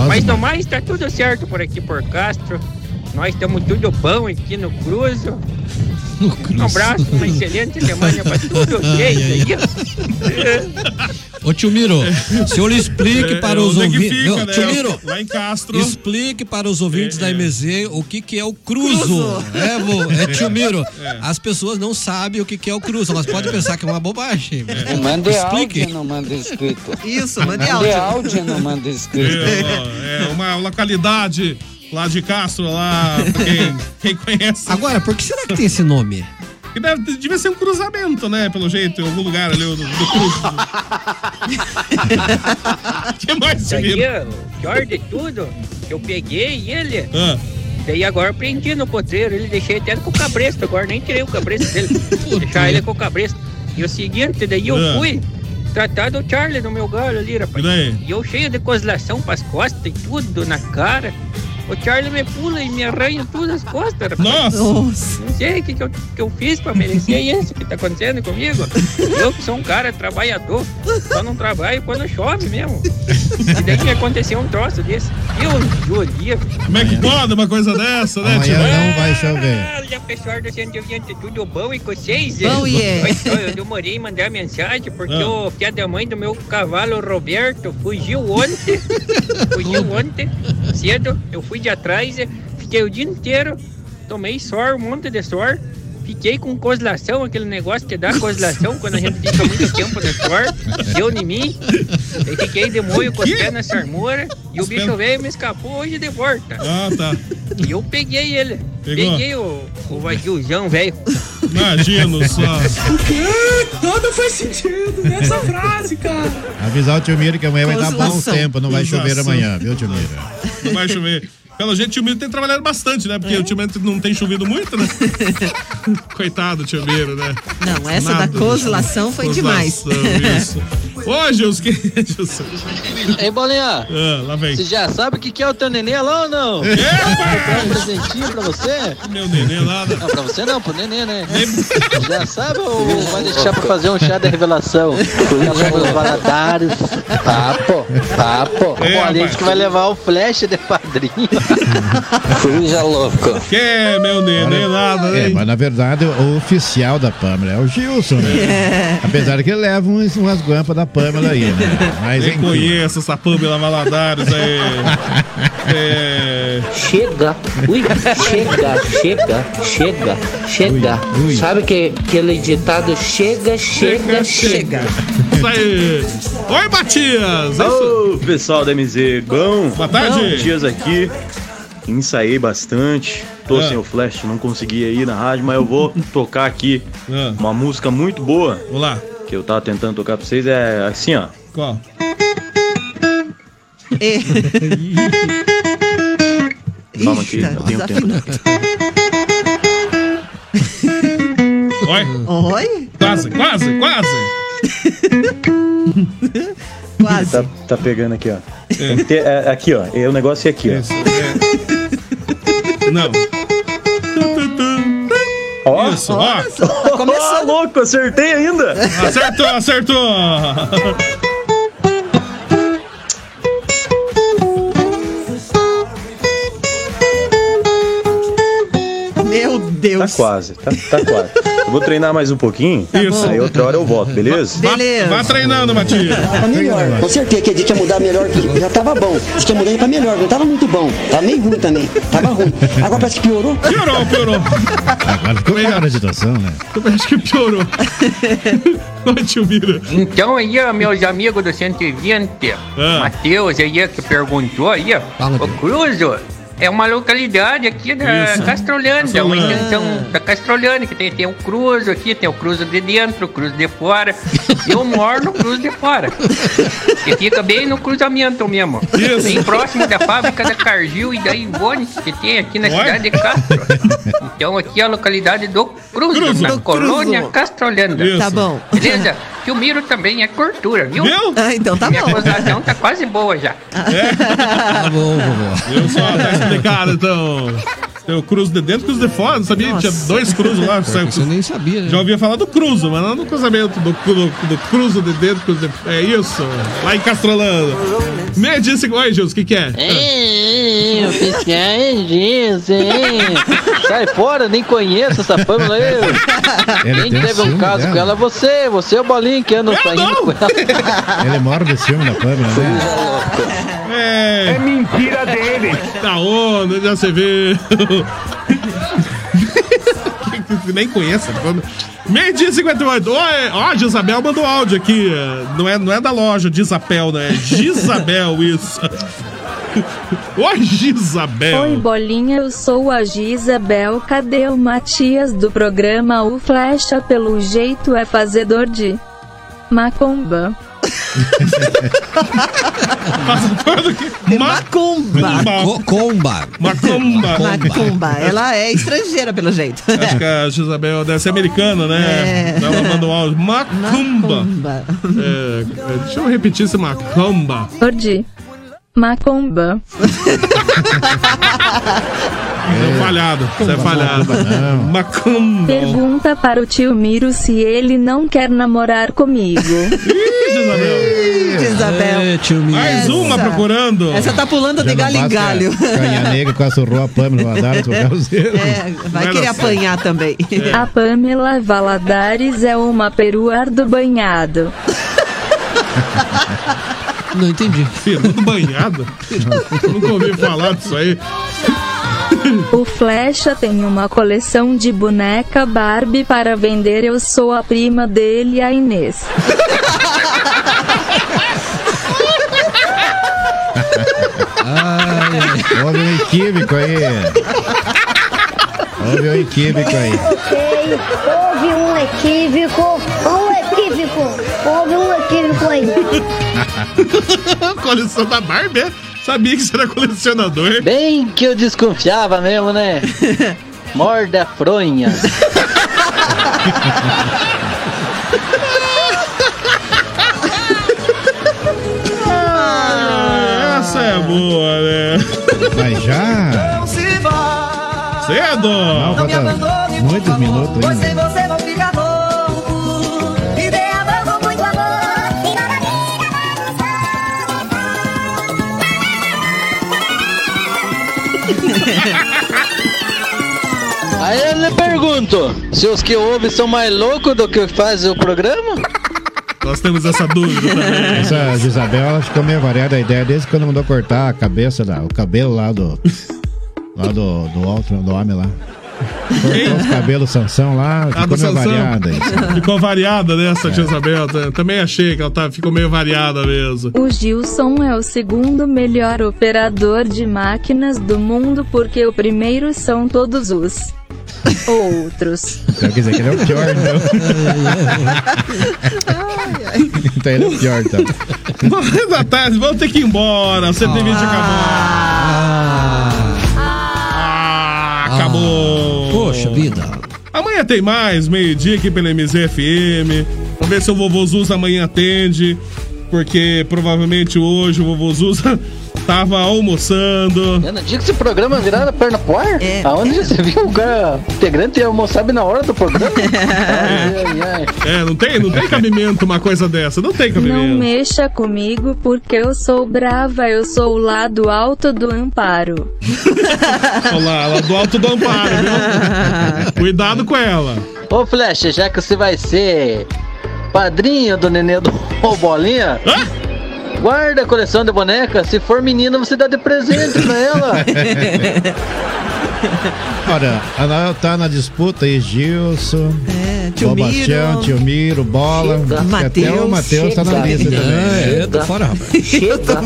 Speaker 19: Mas no mais, tá tudo certo por aqui, por Castro. Nós estamos tudo bom aqui no Cruzo. Um abraço, uma excelente semana pra tudo. E é isso aí.
Speaker 6: Ô tio Miro, o senhor explique
Speaker 2: É,
Speaker 6: para os
Speaker 2: onde é que
Speaker 6: ouvintes.
Speaker 2: fica,
Speaker 6: Não,
Speaker 2: né?
Speaker 6: Tio Miro,
Speaker 2: Lá em Castro.
Speaker 6: explique para os ouvintes da MZ o que, que é o cruzo.
Speaker 2: Cruzo.
Speaker 6: É, vô, é, tio Miro.
Speaker 2: É.
Speaker 6: As pessoas não sabem o que, que é o cruzo. Elas podem pensar que é uma bobagem.
Speaker 14: Não manda
Speaker 11: é
Speaker 6: explique.
Speaker 14: áudio, não manda escrito.
Speaker 7: Isso,
Speaker 2: né? mande
Speaker 14: Mande
Speaker 2: áudio.
Speaker 14: áudio, não manda escrito.
Speaker 2: É, ó, é uma localidade lá de Castro, lá, pra quem, quem conhece.
Speaker 6: Agora, por que será que tem esse nome?
Speaker 2: Que deve, devia ser um cruzamento, né? Pelo jeito, em algum lugar ali do, do cruzo. que mais, tio
Speaker 19: Daí,
Speaker 2: Miro?
Speaker 19: o pior de tudo, eu peguei ele.
Speaker 2: Ah.
Speaker 19: Daí agora eu prendi no potreiro, ele deixei até com o cabresto, agora nem tirei o cabresto dele. Deixar ele com o cabresto. E o seguinte, daí eu
Speaker 26: Ah.
Speaker 19: fui tratar do Charlie no meu galho ali, rapaz.
Speaker 26: E daí?
Speaker 19: E eu cheio de coselação pras costas e tudo na cara. O Charlie me pula e me arranha todas as costas, rapaz.
Speaker 2: Nossa! Nossa.
Speaker 19: Não sei o que, que, eu, que eu fiz pra merecer isso que tá acontecendo comigo. Eu que sou um cara trabalhador, só não trabalho quando chove mesmo. E daí que aconteceu um troço desse. Eu judia.
Speaker 2: Como é que pode uma coisa dessa, né, tio?
Speaker 10: Amanhã não vai chover.
Speaker 19: Olha, pessoal do 120, tudo bom e com vocês?
Speaker 10: Bom, e é.
Speaker 19: Mas, ó, Eu demorei em mandar mensagem porque
Speaker 10: Ah.
Speaker 19: o filho da mãe do meu cavalo, Roberto, fugiu ontem. fugiu ontem, cedo. Eu fui de atrás, eh, fiquei o dia inteiro, tomei sor, um monte de sor. Fiquei com coselação, aquele negócio que dá coselação quando a gente fica muito tempo no suor. Deu em mim. Eu fiquei de moio com os pés nessa armura. E o bicho veio e me escapou hoje de volta.
Speaker 2: Ah, tá.
Speaker 19: E eu peguei ele.
Speaker 2: Pegou?
Speaker 19: Peguei o, o vagiozão, velho.
Speaker 2: Imagino só.
Speaker 19: O quê? Nada faz sentido né?
Speaker 10: nessa
Speaker 19: frase, cara.
Speaker 10: Avisar o tio Miro que amanhã vai dar bom
Speaker 2: Consolação.
Speaker 10: tempo, não vai chover
Speaker 2: Consolação.
Speaker 10: amanhã, viu, tio Miro?
Speaker 2: Não vai chover. Pelo jeito, o tio Miro tem trabalhado bastante, né?
Speaker 7: É.
Speaker 2: Porque ultimamente não tem chovido muito, né? Coitado, do tio Miro, né?
Speaker 7: Não, essa da coselação foi demais.
Speaker 2: Isso. Ô, Gilson, que Gilson?
Speaker 11: Ei, Bolinha.
Speaker 2: Ah, lá vem.
Speaker 11: Você já sabe o que que é o teu nenê lá ou não?
Speaker 2: Epa!
Speaker 11: Eu um presentinho pra você.
Speaker 2: Meu nenê lá.
Speaker 11: Não, pra você não, pro nenê, né? já sabe ou vai deixar pra fazer um chá da revelação? Cruza os Valadares. Papo, papo.
Speaker 14: É,
Speaker 11: É, a
Speaker 14: rapaz.
Speaker 11: gente que vai levar o flash de padrinho.
Speaker 14: Cruza louco.
Speaker 2: Que, meu nenê nada,
Speaker 10: É,
Speaker 2: né?
Speaker 10: mas na verdade o oficial da Pâmela é o Gilson, né?
Speaker 2: É.
Speaker 10: Apesar que ele leva uns, umas guampas da Pamela aí, né? Mas
Speaker 2: Nem
Speaker 10: enfim.
Speaker 2: conheço essa Pamela Valadares aí. É.
Speaker 8: Chega, ui, chega, chega, chega, chega. Sabe que, aquele ditado chega, chega, chega.
Speaker 2: Isso aí. Oi, Matias! É
Speaker 12: Ô, pessoal da MZ, bom? Boa
Speaker 2: tarde.
Speaker 12: Matias aqui. Ensaiei bastante. Tô
Speaker 2: Ah.
Speaker 12: sem o flash, não consegui ir na rádio, mas eu vou tocar aqui uma música muito boa.
Speaker 2: Ah. Vamos lá.
Speaker 12: Que eu tava tentando tocar pra vocês, é assim, ó.
Speaker 2: Qual?
Speaker 7: É.
Speaker 12: Calma aqui, eu
Speaker 10: um
Speaker 12: tenho um tempo.
Speaker 2: Oi?
Speaker 7: Oi?
Speaker 2: Quase, quase, quase.
Speaker 7: Quase.
Speaker 12: Tá, tá pegando aqui, ó. Tem que ter- é, aqui, ó. É, o negócio é aqui, ó.
Speaker 2: É. Não.
Speaker 12: Ó,
Speaker 2: Isso, ó.
Speaker 12: Começou. louco, acertei ainda.
Speaker 2: Acertou, acertou. Tá
Speaker 7: Meu Deus. Tá
Speaker 12: Tá quase, tá, tá quase. Eu vou treinar mais um pouquinho.
Speaker 2: Isso.
Speaker 12: Aí outra hora eu volto, beleza?
Speaker 2: Vá treinando, Matias.
Speaker 8: Tá melhor, com certeza que a gente ia mudar melhor que já tava bom. Diz que ia mudar pra melhor, não tava muito bom. Tava meio ruim também. Tava ruim. Agora parece que piorou.
Speaker 2: Piorou, piorou.
Speaker 10: Agora ficou melhor a situação, né?
Speaker 2: Eu acho que piorou. Oi, tio Mira.
Speaker 19: Então aí, ó, meus amigos do 120,
Speaker 13: Ah.
Speaker 19: Matheus aí é, que perguntou aí, ó, o Cruzo é uma localidade aqui da
Speaker 13: Isso.
Speaker 19: Castrolândia, uma
Speaker 13: Castrolândia.
Speaker 19: extensão da Castrolândia, que tem, tem o Cruzo aqui, tem o Cruzo de dentro, o Cruzo de fora. Eu moro no Cruzo de fora, que fica bem no cruzamento mesmo,
Speaker 13: Isso.
Speaker 19: bem próximo da fábrica da Cargill e da Ivone, que tem aqui na
Speaker 13: Ué?
Speaker 19: cidade de Castro. Então aqui é a localidade do Cruzo,
Speaker 13: Cruzo,
Speaker 19: na
Speaker 13: do Cruzo.
Speaker 19: colônia Castrolândia.
Speaker 13: Isso. Tá bom.
Speaker 19: Beleza? Que o Miro também é cultura, viu?
Speaker 2: Viu?
Speaker 19: Ah, então tá Minha
Speaker 13: bom.
Speaker 19: gozação tá quase boa já.
Speaker 2: Tá bom, vovó. Eu só tá explicado, então. Tem o Cruzo de dentro e o Cruzo de fora, não sabia? Tinha dois Cruzos lá. É, Você nem sabia, né? Já ouvia falar do Cruzo, mas não do cruzamento, do, do, do Cruzo de dentro, Cruzo de É isso, lá em Castrolando. Me disse, oi, Jus, o que que é?
Speaker 11: Ei, oficiais dizem. Sai fora, nem conheço essa Pamela aí.
Speaker 10: Ele
Speaker 11: Quem
Speaker 10: tem
Speaker 11: teve um
Speaker 10: ciúme
Speaker 11: caso
Speaker 10: dela.
Speaker 11: com ela é você. Você é o bolinho que anda saindo com ela.
Speaker 10: Ele mora do ciúme da Pamela, né?
Speaker 2: É,
Speaker 10: mentira
Speaker 2: dele. Tá onda, já se vê. Nem conheço. Meio dia e 58. Ó, é- ó, a Gisabel mandou áudio aqui. é, Não é, não é da loja Gisabel, né? É Gisabel, isso. Oi, Gisabel.
Speaker 15: Oi, bolinha, eu sou a Gisabel. Cadê o Matias do programa O Flecha? Pelo jeito é fazedor de macumba.
Speaker 2: Macumba.
Speaker 6: Macumba.
Speaker 2: Macumba.
Speaker 7: Macumba. Ela é estrangeira, pelo jeito.
Speaker 2: Acho que a Gisabel deve ser americana, né? Ela mandou um áudio. Macumba. É, é, deixa eu repetir esse macumba.
Speaker 15: De macumba.
Speaker 2: É falhado. Você é falhado. Macumba.
Speaker 15: Pergunta para o tio Miro se ele não quer namorar comigo.
Speaker 7: Isabel.
Speaker 10: É, tio Mira.
Speaker 2: Mais uma procurando.
Speaker 7: Essa tá pulando de
Speaker 10: Já não
Speaker 7: galho em
Speaker 10: basta
Speaker 7: galho.
Speaker 10: Canha negra com a surrou a Pamela Vadares, o calzeiro.
Speaker 7: É, vai querer apanhar também.
Speaker 15: A Pamela Valadares é uma peruar do banhado.
Speaker 2: Não entendi. Peru banhado? Nunca ouvi falar disso aí.
Speaker 15: O Flecha tem uma coleção de boneca Barbie para vender. Eu sou a prima dele, a Inês.
Speaker 10: Ai, houve um equívoco aí. Houve um equívoco aí.
Speaker 16: Ok, houve um equívoco, um equívoco, houve um equívoco aí.
Speaker 2: Coleção da Barbie? é? Sabia que você era colecionador.
Speaker 11: Bem que eu desconfiava mesmo, né? Morda a fronha.
Speaker 2: Ah, essa é boa, né?
Speaker 10: Mas já.
Speaker 2: Cedo!
Speaker 10: Não, falta muitos minutos ainda.
Speaker 1: você não fica louco. Me dê amor com muito amor. E nada
Speaker 11: Aí eu lhe pergunto, se os que ouvem são mais loucos do que faz o programa?
Speaker 2: Nós temos essa dúvida também.
Speaker 10: Essa Isabel, ela ficou meio variada a ideia desde quando mandou cortar a cabeça, da, o cabelo lá do. Lá do, do outro, do homem lá. Cortou os cabelos Sansão lá,
Speaker 2: Ah,
Speaker 10: ficou
Speaker 2: do
Speaker 10: meio
Speaker 2: Sansão.
Speaker 10: variada. isso.
Speaker 2: Ficou variada, né, essa tia Isabel? T- Também achei que ela tá, ficou meio variada mesmo.
Speaker 15: O Gilson é o segundo melhor operador de máquinas do mundo porque o primeiro são todos os outros.
Speaker 10: Então quer dizer que ele é o pior, né? então. então ele é o pior, então.
Speaker 2: Uma da tarde, vamos ter que ir embora. 120 acabou. Ah, acabou. Poxa vida. Amanhã tem mais, meio-dia aqui pela MZFM. Vamos ver se o vovô Zuz amanhã atende. Porque provavelmente hoje o vovô Zuz tava almoçando.
Speaker 11: No dia que esse programa virar a perna pro ar,
Speaker 2: É.
Speaker 11: aonde já você viu o cara o integrante ia almoçar bem na hora do programa?
Speaker 2: É, não tem, não tem cabimento uma coisa dessa. Não tem cabimento.
Speaker 15: Não mexa comigo porque eu sou brava, eu sou o lado alto do amparo.
Speaker 2: Olha lá, ela do alto do amparo, viu? Cuidado com ela.
Speaker 11: Ô Flecha, já que você vai ser padrinho do nenê do Ô, Bolinha, guarda a coleção de boneca. Se for menina, você dá de presente pra ela.
Speaker 10: Olha, ela tá na disputa aí, Gilson. É,
Speaker 7: tio Miro.
Speaker 10: tio Miro, Bola. acho que Até o
Speaker 7: Mateus.
Speaker 10: Matheus tá na
Speaker 7: Chega.
Speaker 10: lista também.
Speaker 7: É,
Speaker 10: É,
Speaker 7: eu tô fora,
Speaker 10: rapaz.
Speaker 8: Chega,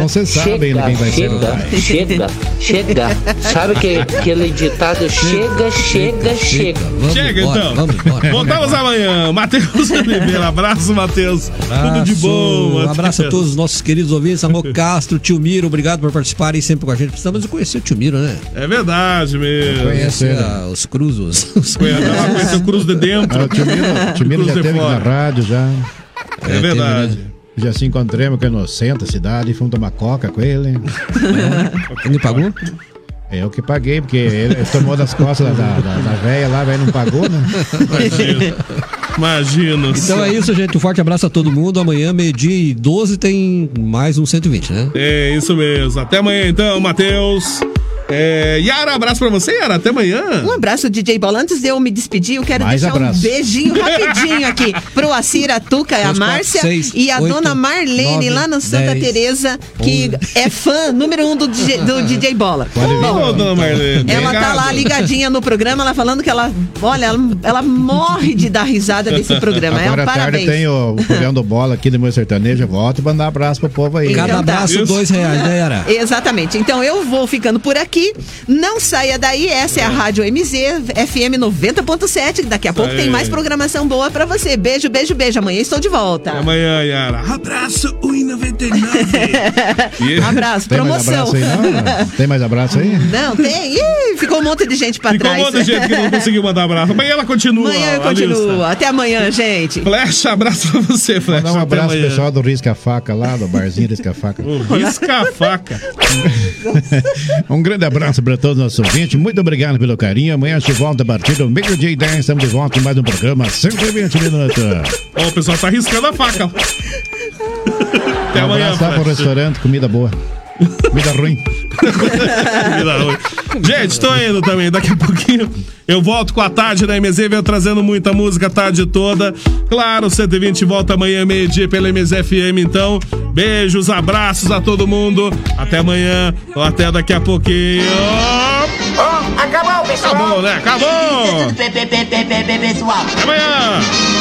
Speaker 10: Não se sabe ainda quem vai ser o pai.
Speaker 8: chega, chega, chega. Sabe que, aquele ditado chega, chega, chega.
Speaker 2: Chega então. Voltamos amanhã. Matheus Oliveira, abraço, Matheus. Tudo de bom,
Speaker 6: Um
Speaker 2: Matheus.
Speaker 6: abraço a todos os nossos queridos ouvintes. Amor Castro, Tio Miro, obrigado por participarem sempre com a gente. Precisamos de conhecer o Tio Miro, né?
Speaker 2: É verdade mesmo.
Speaker 6: Conhece ah, os cruzos. Os
Speaker 2: Ela conheceu Cruz de Dentro.
Speaker 10: Ah, o tio Miro, o tio Miro
Speaker 2: Cruz
Speaker 10: já
Speaker 2: de
Speaker 10: teve aqui na
Speaker 2: Fora.
Speaker 10: rádio, já.
Speaker 2: É É, verdade. teve,
Speaker 10: Já se encontramos com a Inocenta, cidade, fomos tomar coca com ele.
Speaker 6: É.
Speaker 10: É,
Speaker 6: Ele pagou?
Speaker 10: Eu que paguei, porque ele tomou das costas da, da, da, da véia lá, a véia não pagou, né?
Speaker 2: Imagina. Imagina.
Speaker 6: Então é isso, gente. Um forte abraço a todo mundo. Amanhã, meio-dia e 12, tem mais um 120, né?
Speaker 2: É isso mesmo. Até amanhã então, Matheus. É, Yara, abraço pra você, Yara. Até amanhã.
Speaker 7: Um abraço, DJ Bola. Antes de eu me despedir, eu quero
Speaker 2: Hum. Mais
Speaker 7: deixar
Speaker 2: abraço.
Speaker 7: um beijinho rapidinho aqui pro Acir, a Tuca, a
Speaker 1: Dois, quatro,
Speaker 7: Márcia
Speaker 1: seis,
Speaker 7: e a
Speaker 1: oito,
Speaker 7: dona Marlene
Speaker 1: nove,
Speaker 7: lá no Santa
Speaker 1: dez,
Speaker 7: Teresa, que é fã número um do DJ, do DJ Bola.
Speaker 2: Pode vir,
Speaker 7: Bom,
Speaker 2: Ô, dona Marlene.
Speaker 7: Ela tá
Speaker 2: obrigado.
Speaker 7: lá ligadinha no programa, ela falando que ela, olha, ela, ela morre de dar risada desse programa.
Speaker 10: Agora
Speaker 7: é um
Speaker 10: à tarde
Speaker 7: parabéns.
Speaker 10: tem o, o programa do Bola aqui do meu sertanejo. Eu volto e mandar abraço pro povo aí.
Speaker 7: Então tá.
Speaker 10: galera?
Speaker 7: Exatamente. Então eu vou ficando por aqui. Não saia daí, essa é a Rádio MZ, FM 90.7. Daqui a pouco
Speaker 2: Aí.
Speaker 7: tem mais programação boa pra você. Beijo, beijo, beijo. Amanhã estou de volta.
Speaker 2: Até amanhã, Yara.
Speaker 7: Abraço 1,99.
Speaker 2: E-
Speaker 7: Abraço,
Speaker 10: Tem mais
Speaker 7: promoção.
Speaker 10: abraço aí, não? Tem mais abraço aí?
Speaker 7: Não, tem. Ih, ficou um monte de gente pra
Speaker 2: Ficou um
Speaker 7: trás.
Speaker 2: monte de gente que não conseguiu mandar abraço. Amanhã ela continua.
Speaker 7: Amanhã eu
Speaker 2: a lista.
Speaker 7: continuo. Até amanhã, gente.
Speaker 2: Flecha, abraço pra você, Flecha.
Speaker 10: Dá um
Speaker 2: Até
Speaker 10: abraço pro
Speaker 2: amanhã.
Speaker 10: pessoal do Risca Faca lá, do barzinho Risca Faca.
Speaker 2: O Risca a faca.
Speaker 10: Um grande abraço para todos os nossos ouvintes. Muito obrigado pelo carinho. Amanhã a gente volta a partir do meio-dia e 10. Estamos de volta em mais um programa 120 minutos.
Speaker 2: Ó, o pessoal tá arriscando a faca. Até
Speaker 10: um
Speaker 2: amanhã,
Speaker 10: abraço lá pro
Speaker 2: Flecha.
Speaker 10: restaurante, comida boa. Comida ruim.
Speaker 2: Comida ruim. Gente, tô indo também. Daqui a pouquinho eu volto com a tarde da MZ. Venho trazendo muita música a tarde toda. Claro, 120 volta amanhã, meio-dia, pela MZFM. Então, beijos, abraços a todo mundo. Até amanhã ou até daqui a pouquinho.
Speaker 1: acabou, pessoal.
Speaker 2: Acabou, né? Acabou!
Speaker 1: Pe- pe- pe- pe- pe- pe- Pessoal.
Speaker 2: Até amanhã!